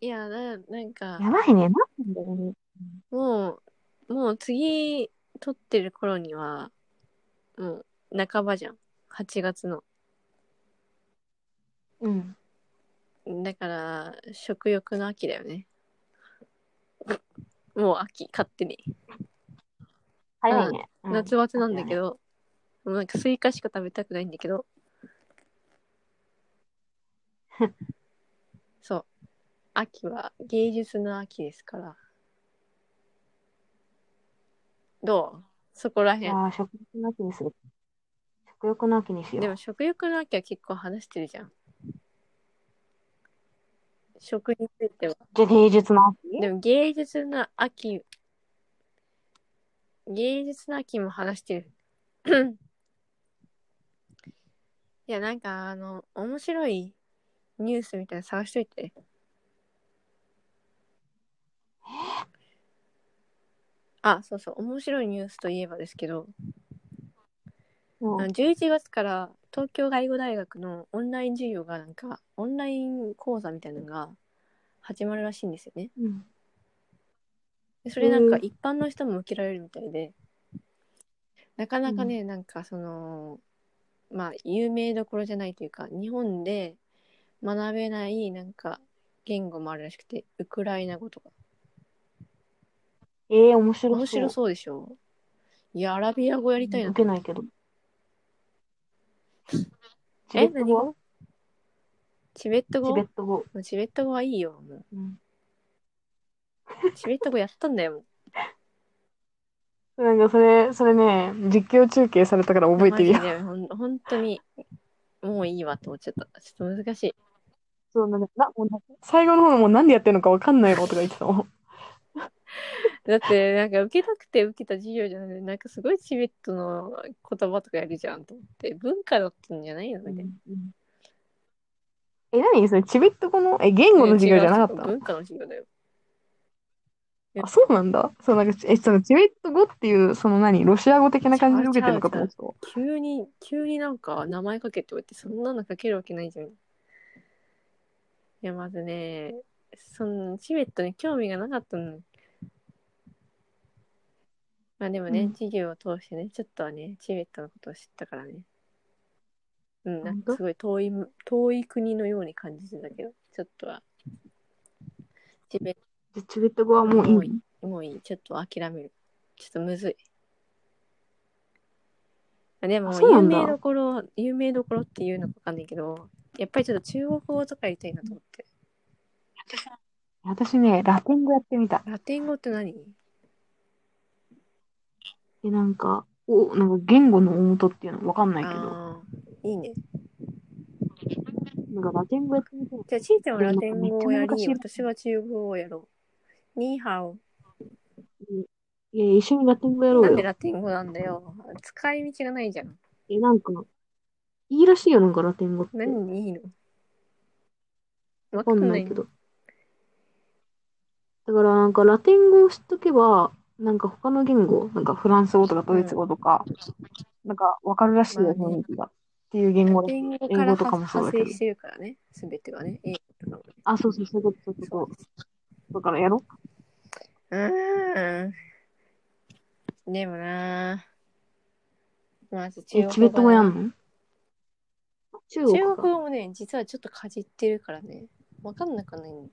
いや、ななんか。
やばいね、なんなんだろうね。
もう、もう次撮ってる頃には、もう半ばじゃん。8月の。
うん。
だから、食欲の秋だよね。もう秋、勝手に。
早いね。うん
夏バテなんだけど、もうなんかスイカしか食べたくないんだけ
[laughs]
ど。そう。秋は芸術の秋ですから。どうそこら
い
辺
や。ー食欲の秋にする。食欲の秋にしよう。
でも食欲の秋は結構話してるじゃん。食については。
じゃあ芸術の秋
でも芸術の秋、芸術の秋も話してる。 [coughs] いや、なんか、あの、面白いニュースみたいなの探しといて。あ、そうそう、面白いニュースといえばですけど、
う
あの11月から東京外語大学のオンライン授業が、なんか、オンライン講座みたいなのが始まるらしいんですよね。
ん。
でそれなんか
へえ
一般の人も受けられるみたいで、なかなかね、なんかその、まあ、有名どころじゃないというか、日本で学べない、なんか、言語もあるらしくて、ウクライナ語とか。
えー、面白そう。
面白そうでしょいや、アラビア語やりたいな。
受けないけど。チベ
え
ット語は
チベット
チベ
語
ット語。
チベット語はいいよ、も
うん。
う。チベット語やったんだよ、もう。
なんかそれ、それね、実況中継されたから覚えてる
マ
よ。
ジでほん [laughs] 本当に、もういいわと思っちゃった。ちょっと難しい。
そうなんかなもうな最後の方のもうなんでやってるのかわかんないよとか言ってたもん。
だって、なんか受けたくて受けた授業じゃないなんかすごいチベットの言葉とかやるじゃんと思って、文化だったんじゃないのみたいな。
え、何それチベット語の、え、言語の授業じゃなかっ
違う違う
たの
文化の授業だよ。
あ、そうなんだ。そう、なんか、え、そのチベット語っていう、その何、ロシア語的な感じで受けてるのかと思ってたわ。
急に、急になんか名前かけておいて、そんなのかけるわけないじゃん。いや、まずね、そのチベットに興味がなかったの。まあでも
う
ね、
ん
授業を通してね、ちょっとはね、チベットのことを知ったからね。うん、な
本
んか
当
すごい遠い、遠い国のように感じてたけど、ちょっとは。チベッ
じゃチベット語はもういいの
もういいト、もういい、ちょっと諦める。ちょっとむずい。あでも
あ、そうな
有
んだ
名どころ、有名どころっていうのかわかんないけど、やっぱりちょっと中国語とかやりたいなと思って。
私ね、ラテン語やってみた。
ラテン語って何
え、なんか、お、なんか言語の大元っていうのわかんないけど、
ああ、いいね。
なんかラテン語やってみたい。
じゃあ、ちーちゃんはラテン語を
でも
や
なんかめっち
り、
ゃ難しい
私は中国語をやろう。ニーハオ。
いや、一緒にラテン語やろ
なん
う
で
よ。
ラテン語なんだよ。使い道がないじゃん。
え、なんか、いいらしいよ、なんかラテン語って。
何にいいのわ
わ
か
か
ん
ん
な
ないいけ
の。
ど。だからなんかラテン語を知っとけば、なんか他の言語、なんかフランス語とかドイツ語とか、なんかわかるらしいよ、
まあね
雰囲気が。っていう言語
ラ
らし
テ
い。
ン語
英
から
語とかもそう
派
だけ
生
ど
し。てるからね、すべてはね。英語とかもね
あ、そうそう、そういうこと、そういう
そう
こと。だからやろ
うーん。でもなぁ。まず
え、
中
チベ
国
ット語や
な。
んの中
中
国
国
か。
語もね、実はちょっとかじってるからね。わかんなくはないの。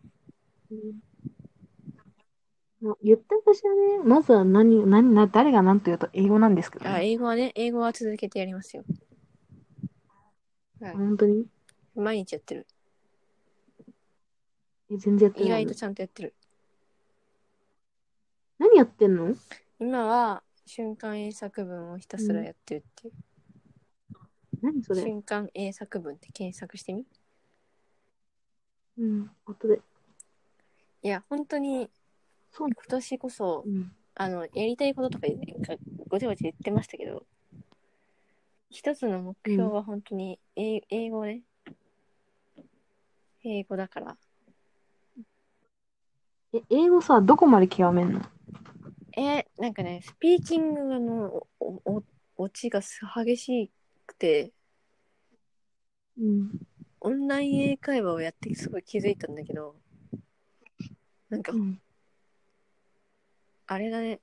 うん言った私はね、まずは何、何、な誰が何と言うと英語なんですけど、
あ、
ね、
英語はね、英語は続けてやりますよ。はい。
本当に
毎日やってる。
え全然やって
意
ない
外
の
と。ちゃんとやってる。
何やってんの
今は瞬間英作文をひたすらやってるっていう。
何それ
瞬間英作文って検索してみ
うん、後で。
いや、本当に
そう
今年こそ、
うん。
あの、やりたいこととか、なんかごちゃごちゃ言ってましたけど、一つの目標は本当に、英英語ね。英語だから。
え、英語さ、どこまで極めんの
えーなんかね、スピーキングのおお落ちが激しくて、
うん。
オンライン英会話をやってすごい気づいたんだけど、なんか
う、ん。
あれだね、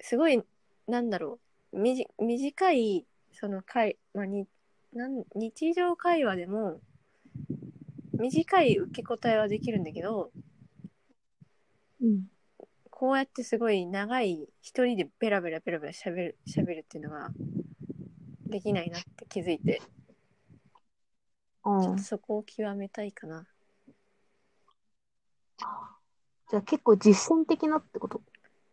すごい、なんだろう、みじ短い、その会、まあ、になん日常会話でも、短い受け答えはできるんだけど、
うん。
こうやってすごい長い、一人でベラベラベラベラ喋る、喋るっていうのが、できないなって気づいて、ちょ
あ
っ
あ
と。そこを極めたいかな。
じゃあ結構実践的なってこと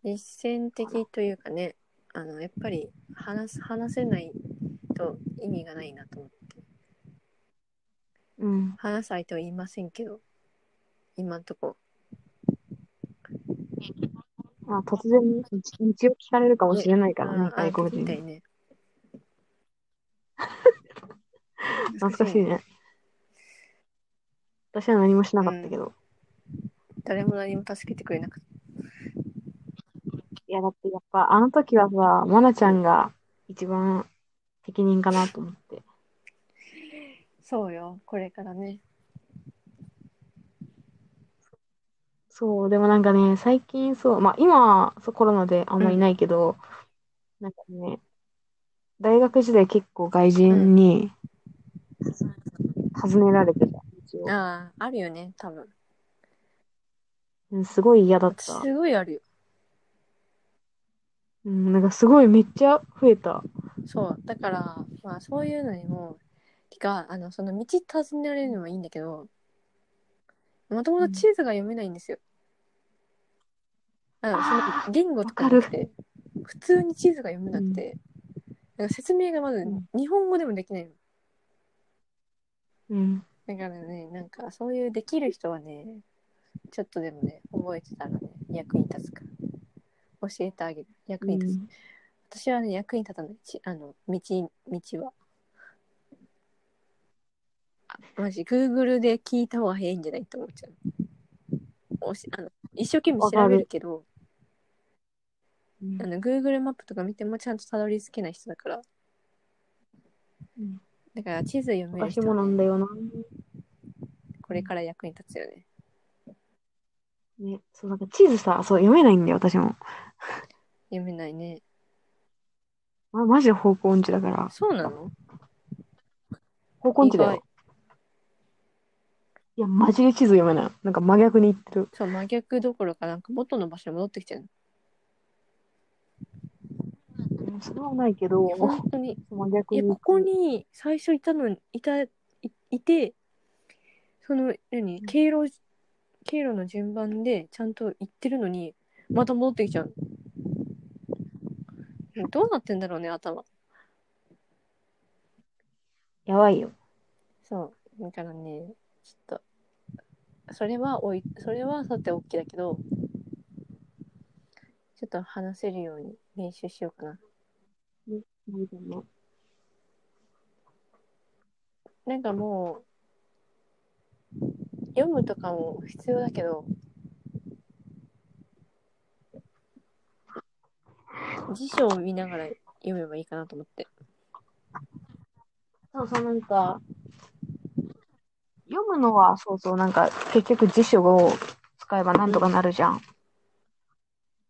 実践的というかね、あの、やっぱり話す、話せないと意味がないなと思って。
うん。
話す相手はいませんけど、今んとこ。
まあ、突然に道を聞かれるかもしれないから
あ
ね、外国
みた
人に。
いね。
懐かしいね。私は何もしなかったけど。
誰も何も助けてくれなかっ
いや、だってやっぱあの時はさ、まなちゃんが一番責任かなと思って。
たそうよこれからね
そう、でもなんかね、最近そう、まあ今はそうコロナであんまりないけど、なんかね、大学時代結構外人に尋ねられてた。一応
あああるよね多分
うんすごい嫌だっ
私
た。
すごいあるよ
うん、なんかすごいめっちゃ増えた。
そうだからまあそういうのにもてかあのその道尋ねられるのもいいんだけどもともと地図が読めないんですよ、あの
あー
その言語とかじゃなくて普通に地図が読めなくて、なんか説明がまず
うん
日本語でもできないの
うん。
だからねなんかそういうできる人はねちょっとでもね覚えてたらね役に立つから教えてあげる役に立つ、私はね役に立たないちあの道道はあマジ Google で聞いた方が早いんじゃないって思っちゃうおしあの一生懸命調べるけど
うん
あの Google マップとか見てもちゃんとたどり着けない人だから、
うん
だから地図読める
私
人
も
は
な
ね、
んだよな。
これから役に立つよね
ね、そう、なんか地図さ、そう、読めないんだよ、私も。
読めないね
ま、マジで方向音痴だから。
そうなの
方向音痴だ
意
よ。いや、マジで地図読めない。なんか真逆に言ってる。
そう真逆どころかなんか元の場所に戻ってきちゃうの
うんそれはないけど、
いや本当に
真逆に
い
言って
や
る
ここに最初いたのにいたいいてその何経路経路の順番でちゃんと行ってるのにまた戻ってきちゃうのどうなってんだろうね頭
やばいよ。
そうだからねちょっとそれはおいそれはさておきだけどちょっと話せるように練習しようかな
なんかね
なんかもう読むとかも必要だけど辞書を見ながら読めばいいかなと思って
そうそう、なんか、読むのは、そうそう、なんか、結局辞書を使えばなんとかなるじゃん。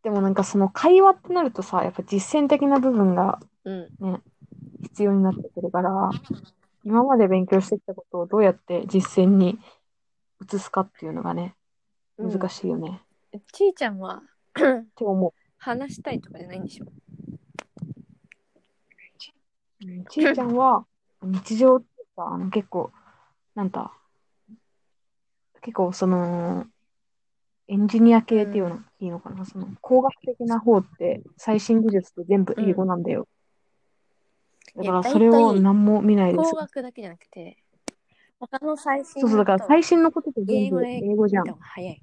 でもなんかその会話ってなるとさ、やっぱ実践的な部分が
うん
必要になってくるから、今まで勉強してきたことをどうやって実践に移すかっていうのがね、難しいよね。っ
うんちいちゃんは
て思う。
話したいとかじゃないんでしょ
うんちいちゃんは日常っていうか、あの結構、なんだ、結構その、エンジニア系っていうの、いいのかな、その工学的な方って最新技術って全部英語なんだよ。
うん
だか
いや
らそれを
大体
何も見ないです
工。学だけじゃなくて他の最新
そうそう、だから最新のことって全
英語
部
で
英語じゃ
見
ん。
た方が早い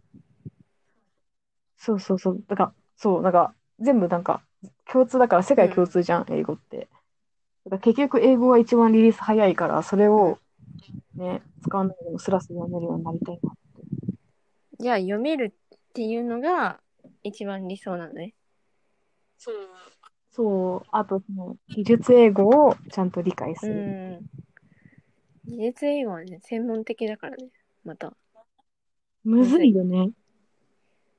そうそうそう、だから、そう、なんか全部なんか共通だから世界共通じゃん、英語って。だから結局英語が一番リリース早いから、それをね、使わないでもスラスラ読めるようになりたいな。
じゃあ読めるっていうのが一番理想なのね
そう。そう。あと、その、技術英語をちゃんと理解す
う
る。
ん。技術英語はね、専門的だからね、また。
むずいよね。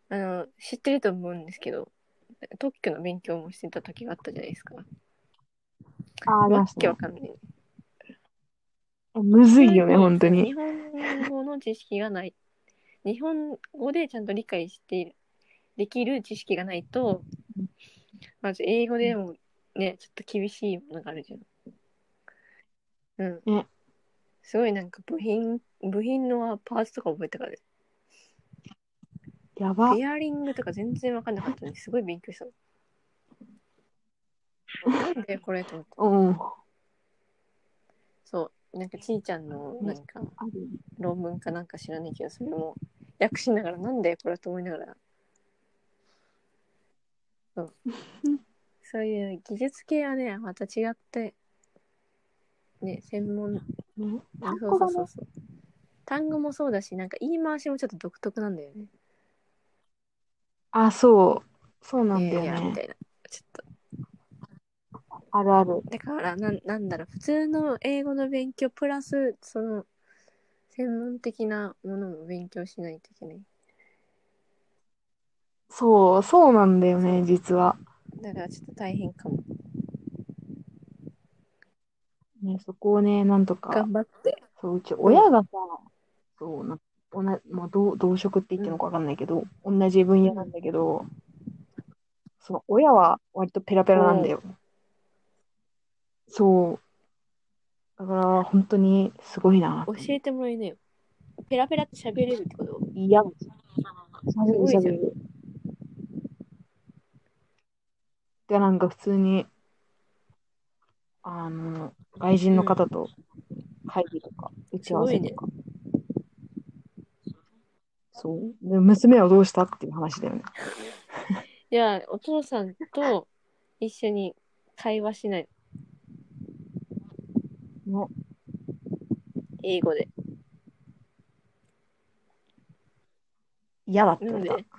あの、知ってると思うんですけど、特許の勉強もしてた時があったじゃないですか。
ああ、
わ
ま
っ
し
け
た
わ。かんない。
むずいよね、本当
日
に。
本語の知識がない。日本語でちゃんと理解して、できる知識がないと
うん、
まず英語でもね、ちょっと厳しいものがあるじゃん。うん。
ね
すごいなんか部品、部品のパーツとか覚えたからね。
やば。
ペアリングとか全然分かんなかったのにすごい勉強したの。なんでこれと思って。
うん。あ
そう。なんかちいちゃんのなんか
る
論文かなんか知らないけど、それも訳しながらなんでこれと思いながら。そう。そういう技術系はね、また違って、ね、専門
ね、
そ
単
う
語が
そうそ
ね
う、そう単語もそうだしなんか言い回しもちょっと独特なんだよね
あ、そう、そうなん
い
だよ
やいやみ
ね。
たいなちょっ
あるある。
とだからなんなんだろう普通の英語の勉強プラスその専門的なものも勉強しないといけない
そう、そうなんだよね、実は。
だからちょっと大変かも
ね、そこをね、なんとか、
頑張って
そう、うち親がさ、そうな、おな、まあ、同同職って言ってるのかわかんないけど、同じ分野なんだけど、その親は割とペラペラなんだよ。そう。だから、本当にすごいなと
教
思う。
えてもらえないよペラペラって喋れるってこと
いや、
すごいじゃん
喋る喋る。で、なんか普通に、あの、外人の方と会議とか、打ち合わせとか。そう。で、娘はどうしたっていう話だよね。
いやお父さんと一緒に会話しない
ね
英語で
嫌だって
な
言わ
ん
れ
で
た。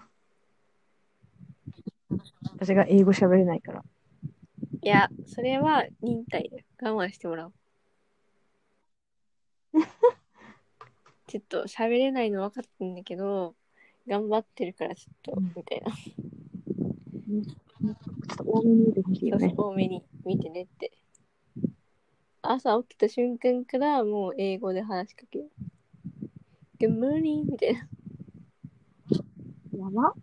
私が英語喋れないから。
いやそれは忍耐だよ我慢してもら
[laughs]
おうちょっと喋れないの分かってんだけど頑張ってるからちょっと
うん
みたいな
ちょっと多めに見てほしいよね。
多めに見てねって朝起きた瞬間からもう英語で話しかける Good morning みたいな
やば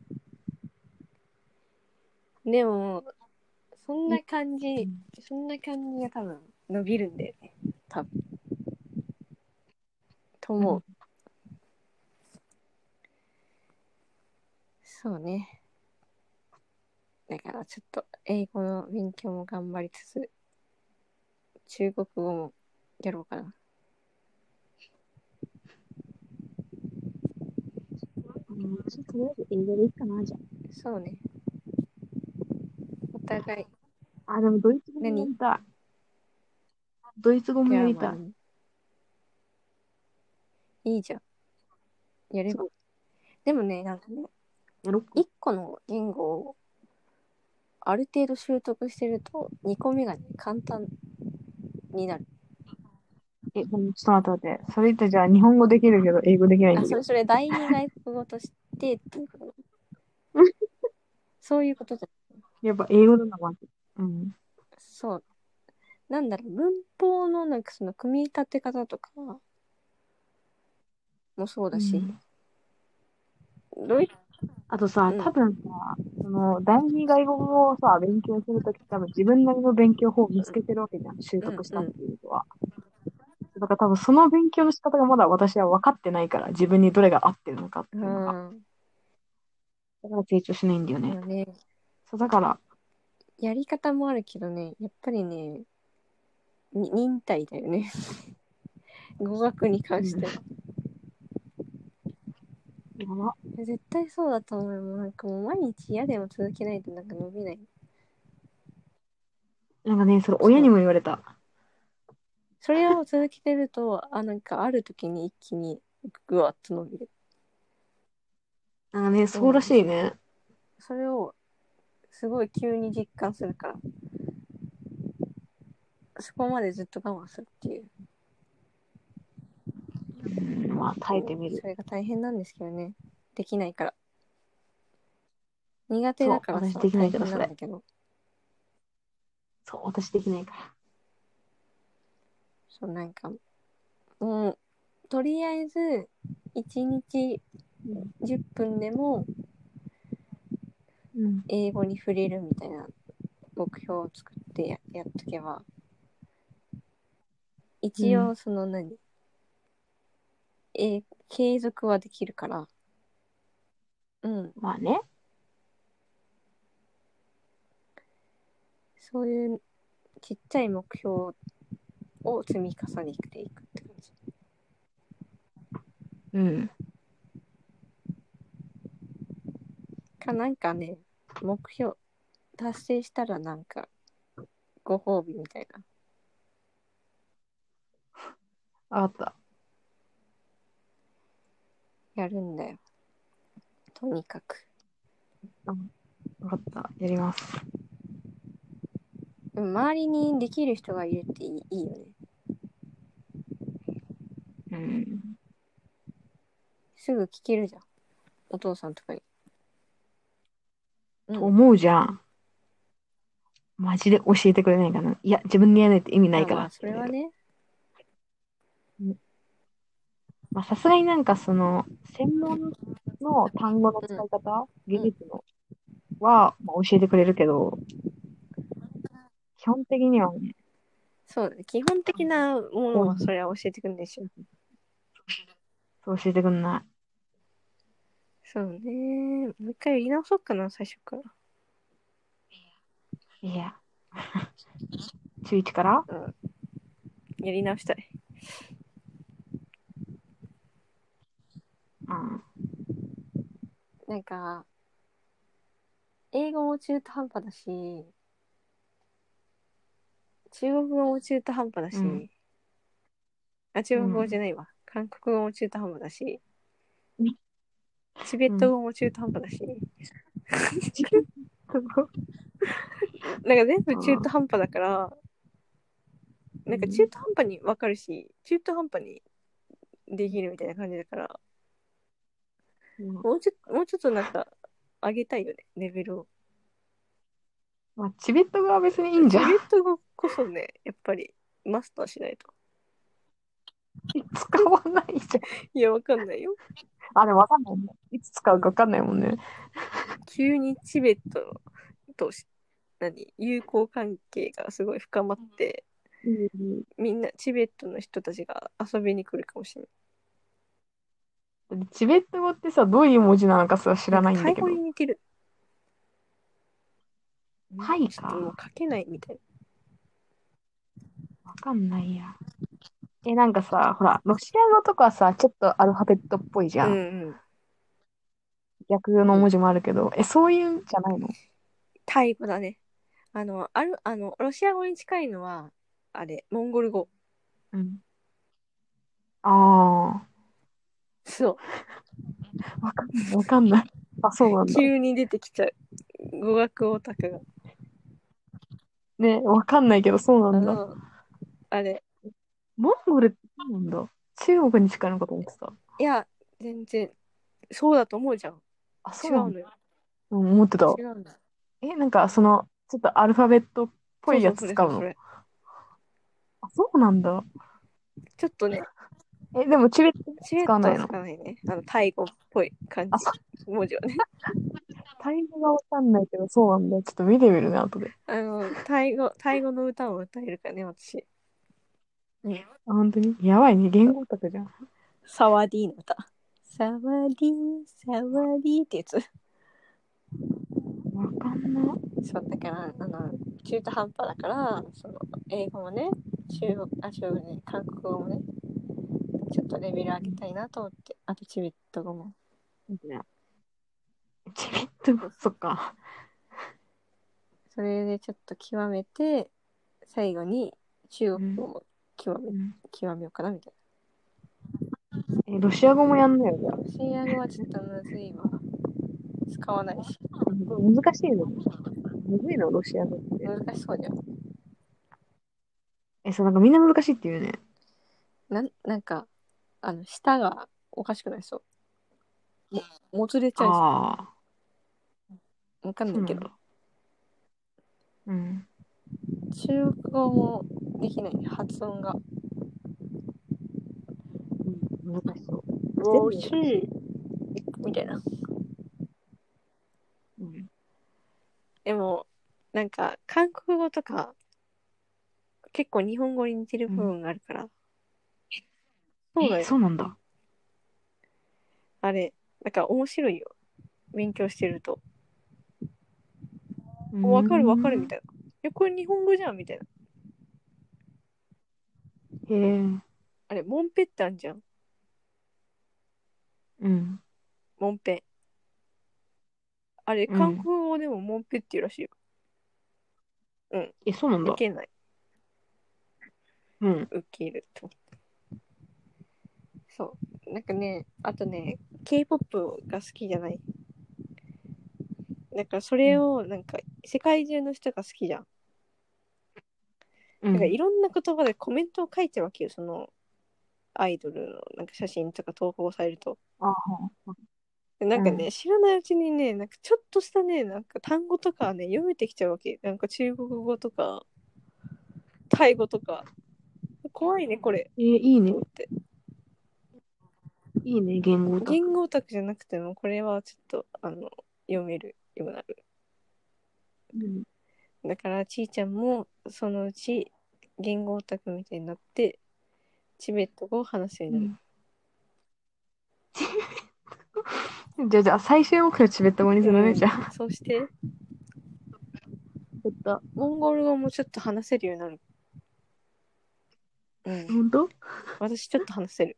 でもそんな感じ、
うん
そんな感じが多分伸びるんだよね多分と思
う
う、
ん
そうねだからちょっと英語の勉強も頑張りつつ中国語もやろうかな
うんちょっととりあえず英語でいいかな、じゃ
そうねお互い
あ。あ、でもドイツ語もやりたい。ドイツ語もやりたい。
にいいじゃんやれば
そ
でもねなんかね
やろっか
1個の言語をある程度習得してると2個目がね簡単になる
え、でもちょっと待って待って。それ言ったらじゃあ日本語できるけど英語できないん
あ
だけ
そ
ど
れ。それ第二外国語としてっていうこと [laughs] そういうことじゃ
やっぱ英語なんだ、まず。うん。
そうなんだろう文法のなんかその組み立て方とかもそうだし、
うん
ドイツ
あとさ
う、ん
多分さ、その、第二外国語をさ、勉強するとき、多分自分なりの勉強法を見つけてるわけじゃん。習得したっていうのは。だから多分その勉強の仕方がまだ私は分かってないから、自分にどれが合ってるのかっていうのが。
うん
だから成長しないんだよね。
まあね
そう、だから、
やり方もあるけどねやっぱりねに忍耐だよね [laughs] 語学に関しては
やば。
絶対そうだと思うよもうなんかもう毎日嫌でも続けないとなんか伸びない
なんかね、それ親にも言われた。
それを続けてると [laughs] あなんかある時に一気にぐわっと伸びる
なんかね、そうらしいね。
それをすごい急に実感するからそこまでずっと我慢するっていう
うんまあ、耐えてみる
そ。れが大変なんですけどねできないから苦手だから
そう私できないから
大変んだけど
そう、私できないから。
そうなんかもうとりあえず1日10分でも
うん。
英語に触れるみたいな目標を作ってややっとけば一
う
応その何、え継続はできるからうん
まあね。
そういうちっちゃい目標を積み重ねていくって感じ
うん。
かなんかね目標達成したらなんかご褒美みたいな
あった。
やるんだよ。とにかく。
わかった。やります。
でも周りにできる人がいるっていいいいよね。
うん。
すぐ聞けるじゃん。お父さんとかに。
思うじゃん。マジで教えてくれないかな。いや、自分でやらないと意味ないか
まあま
ら
あ。それはね。
まあさすがになんかその専門の単語の使い方、技術のは、まあ、教えてくれるけど、基本的にはね、
そうだね。基本的なものはそれは教えてくんでしょ。
そう教えてくんな
そうね。もう一回やり直そうかな、最初から。
い。いや。 [laughs] 中1から
やり直したい。
うん。
なんか、英語も中途半端だし、中国語も中途半端だし、
うん
あ、中国語じゃないわ。韓国語も中途半端だし
うん、
チベット語も中途半端だし、なんか全部中途半端だから、なんか中途半端にわかるし、中途半端にできるみたいな感じだから、もうちょもうちょっとなんか上げたいよね、レベルを。
まあ、チベット語は別にいいんじ
チ
ゃ [laughs]
ベ
ん。
ット語こそね、やっぱりマスターしないと。
使わないじゃん。
いや、わかんないよ。
あれ、わかんないね。いつ使うかわかんないもんね。
急にチベットとし何友好関係がすごい深まって、みんなチベットの人たちが遊びに来るかもしれない。
チベット語ってさ、どういう文字なのかさ、知らないんだ
タイ
けど
語。に似てる。
タイ
ちょっともう
か。
書けないみたい
わかんないや。え、なんかさ、ほら、ロシア語とかさ、ちょっとアルファベットっぽいじ
な。
ゃ
うん
ん。
うん。
逆の文字もあるけど、え、そういうんじゃないの
タイ語だね。あの、ある、あの、ロシア語に近いのは、あれ、モンゴル語。
うん。あ
そう。
あ、わかんない。わかん [laughs] ない。あ、そうなんだ。
急に出てきちゃう。語学オタクが。
ね、わかんないけど、そう
あ
なんだ。
の、あれ、
モンゴルってそうなんだ。中国に近いのかと思ってた。
いや、全然、そうだと思うじゃん。
あ、そ
違
うなん
う
だ。
のよ。
うん思ってた。
違うんだ。
え、なんか、その、ちょっとアルファベットっぽいや
そ
つ
うそう
使う
そ
の。
れそ
あ、そうなんだ。
れちょっとね、
え、でもチベット、
チベッ
使わ
ト
ない
は
の
使わないね。あの、タイ語っぽい感じ
あ、。そう、
文字はね。
タイ語がわかんないけど、そうなんだ。ちょっと見てみるね、後で。
あの、タイ語、タイ語の歌を歌えるからね、私。
あ、本当にやばいね。言語オタクじゃん。
サワディーの歌。サワディー、サワディーってやつ。
わかんな。
そう、だから、あの、中途半端だから、その、英語もね、中国、あ、中国ね、韓国語もね、ちょっとレベル上げたいなと思って、あとチベット語も。
チベット語、そっか。
それでちょっと極めて、最後に中国語も極め、
うん
極めようかなみたい
え、ロシア語もやんないよ、じゃあ
な。ロシア語はちょっとむずいわ。使わないし。
難しいのむずいのロシア語って。
難しそうじゃん。
え、そう、なんかみんな難しいって言うね。
なん、なんか、あの、舌がおかしくなりそう。も、もつれちゃいそ
あ
う。わか
あ、
ん
そう
ない
な
け
ん
ど
だ。。うん。
中国語もできないね、発音が。
難しそう。
ロシみたいな。
うん。
でも、なんか、韓国語とか、結構日本語に似てる部分があるから。そうだ
え
よ。
そうなんだ。
あれ、なんか面白いよ。勉強してると。わかるわかるみた
い
いな。え、これ日本語じゃんみたいな。
な。へえ。
あれ、モンペってあんじゃん。
うん。
モンペ。あれ、
うん
韓国語でもモンペっていうらしいよ。
え、そうなんだ
受。けない。
うん。
受けると。そうなんかねあとね K-POP が好きじゃないだからそれをなんか世界中の人が好きじゃん、
うん
なんかいろんな言葉でコメントを書いてるわけよそのアイドルのなんか写真とか投稿されると
あ
でなんかね、
う
知らないうちにねなんかちょっとしたねなんか単語とかね読めてきちゃうわけなんか中国語とかタイ語とか怖いねこれ
えーいいね
と思って
いいね言語と
言語オタクじゃなくてもこれはちょっとあの読めるようになる
うん
だからちーちゃんもそのうち言語オタクみたいになってチベット語を話すようにな
[laughs]
る、
じゃあじゃあ最終目標チベット語にするねじゃあ
そうして
ちょっと
モンゴル語もちょっと話せるようになるうん
本当
私ちょっと話せる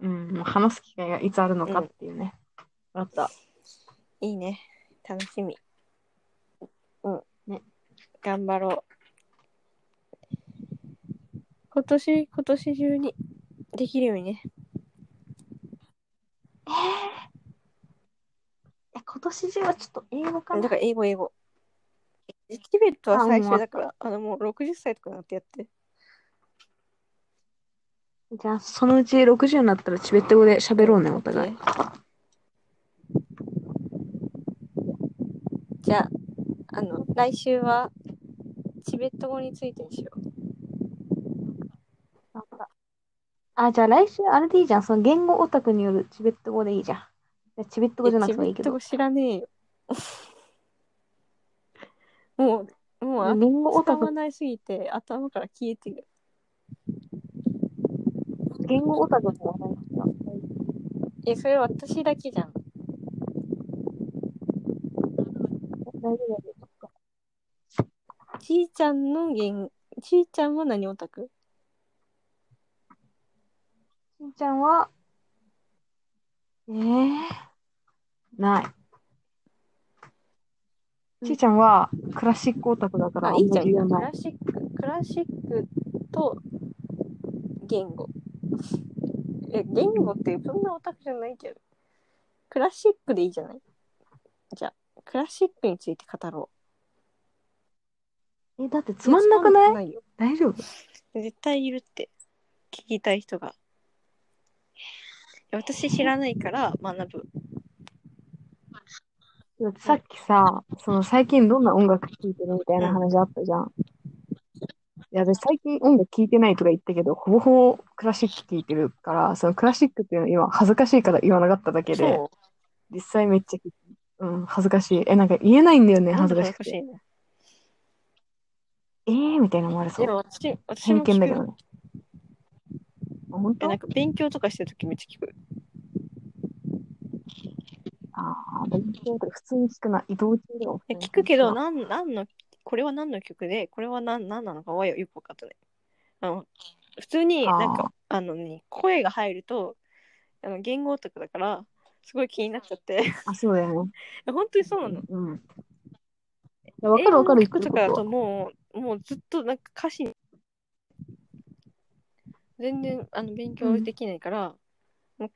うんもう話す機会がいつあるのかっていうねわかった
いいね楽しみうん
ね
頑張ろう今年今年中にできるようにね
え今年中はちょっと英語か
だ
な
から英語英語。チベットは最初だから、あのもう60歳とかになってやって。
じゃあそのうち60になったらチベット語で喋ろうねお互い。
じゃあ、あの、来週はチベット語についてにしよう。
あじゃあ来週あれでいいじゃんその言語オタクによるチベット語でいいじゃんじゃあチベット語じゃなくてもいいけ
チベット
ど
語知らねえよ。 [laughs] もう、もうあ、
言語オタ
使
ク
わないすぎて頭から消えてる。
言語オタクって話だ
え、それ私だけじゃん。
大丈夫だよ
ちーちゃんの言、ちーちゃんは何オタク
しんちゃんはえー、ないちーちゃんはクラシックオタクだから
あ、
あ
い
ん
いじ
ま
ゃん。
り
いいじ
言
ゃ
わな
んク
い
ラシック、クラシックと言語。え、言語ってそんなオタクじゃないけど。クラシックでいいじゃないじゃあ、クラシックについて語ろ
えだって
う。
つまんなくない
つまんよ
大丈夫
絶対いるって。聞きたい人が。いや私知らないから学ぶ。
だってさっきさその最近どんな音楽聴いてるみたいな話あったじゃんいや私最近音楽聴いてないとか言ったけどほぼほぼクラシック聴いてるからそのクラシックっていうのは今恥ずかしいから言わなかっただけで
そ
実際めっちゃ聴いてるうん恥ずかしいえなんか言えないんだよね
う。なん
恥
で
ずか
恥ず
し
か
く
していの
えーみたいなのもあるそ
で
う
も私、私
偏
も聞
見だ
く
けど
よ
ね。あ本
え
当
なんか勉強とかしてるときめっちゃ聞く。
ああ、勉強とか普通に聞くな。移動中でも
え聞くけど、
な。
なん、なんの、これは何の曲で、これは何、何なのかはよく分かってない。あの、普通に
あー
なんか、あの、ね、声が入ると、あの、言語オタクだから、すごい気になっちゃって。 [laughs]
あ、そうだよね。
本当にそうなの。
うん。いやわかるわかる
英語の曲とかだ
言ってる
と
こ
もう、もうずっとなんか歌詞に、全然、あの、勉強できないから、もう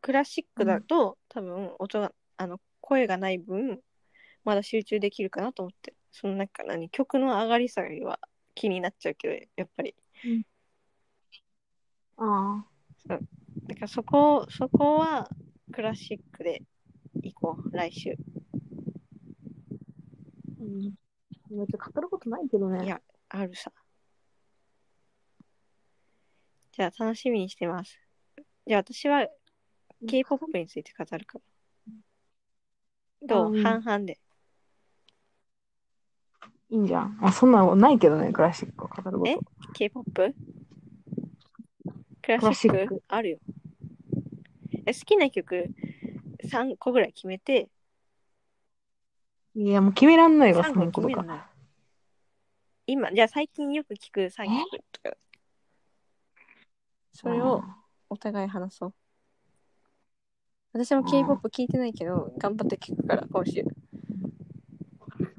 クラシックだと、多分、音が、あの、声がない分、まだ集中できるかなと思ってそのなんか何曲の上がり下がりは気になっちゃうけどやっぱり
とは
だからそこそこはクラシックで行こう来週
ああ。うん。めっちゃ語ることないけどね。
いやあるさじゃあ楽しみにしてますじゃあ私は K-POP について語るからどう、
うん
半々で
いいんじゃん。あ、そんなのないけどね、クラシックを語ること。
え K-Pop? クラシック
ラシック
あるよえ好きな曲3個ぐらい決めて
いや、もう決めらんないわ、そ
3
の
個
こと
決める
か。
の今じゃあ最近よく聞く3曲とかそれをお互い話そう私も K-POP 聞いてないけど頑張って聞くから今週
うん。な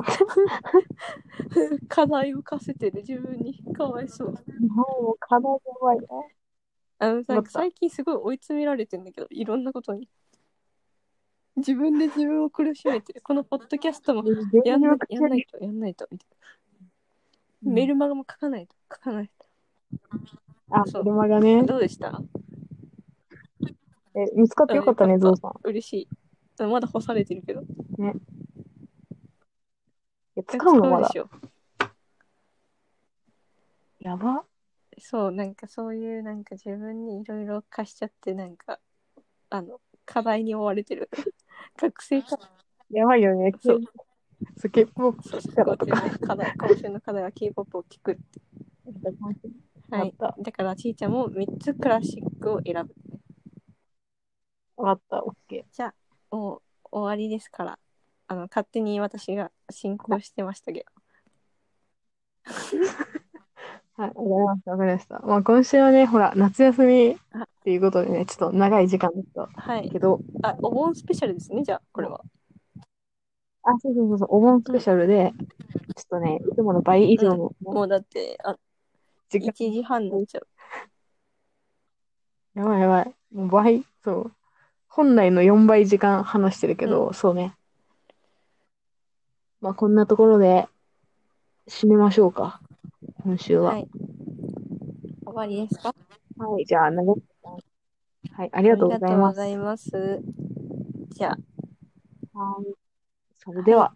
って。
[laughs] 課題浮かせてる自分にかわいそう
もう課題やばいね。
あの
思
さ
った
最近すごい追い詰められてんだけどいろんなことに自分で自分を苦しめてるこのポッドキャストもやんなやんないとやんないとみたいな、メルマガも書かないと書かない
あ、
そう
車が
と
ね。
どうでした
え、見つかってよかったね、
うん
ゾウさん。
嬉しいまだ干されてるけど
え使うのまだ
で。しょ
やば。
そうなんかそういうなんか自分にいろいろ貸しちゃってなんかあの課題に追われてる [laughs] 学生か
やばいよね。
そう
そう、結構
そうそう
だからとか [laughs]
課題今週の課題は K-POP を聞くは
分
い
かった。
だからちいちゃんも3つクラシックを選ぶ
分かった。オッケ
じゃあもう終わりですからあの勝手に私が進行してましたけ
ー。はい、わかりました。わかりました。まあ、今週はね、ほら、夏休みっていうことでね、ちょっと長い時間でした
どはい
けど、
あお盆スペシャルですねじゃあこれは
あ、そうそうそうそう、お盆スペシャルで、ちょっとね、いつもの倍以上の
もうだってあ
時間
1時半になっちゃう
やばいやばい。もう倍、そう。本来の4倍時間話してるけど、そうね。まあ、こんなところで、締めましょうか。今週は。
はい終わりですか
はい、じゃあ、長いはい、ありがとうございます。
ありがとうございますじゃあ
はい。それでは。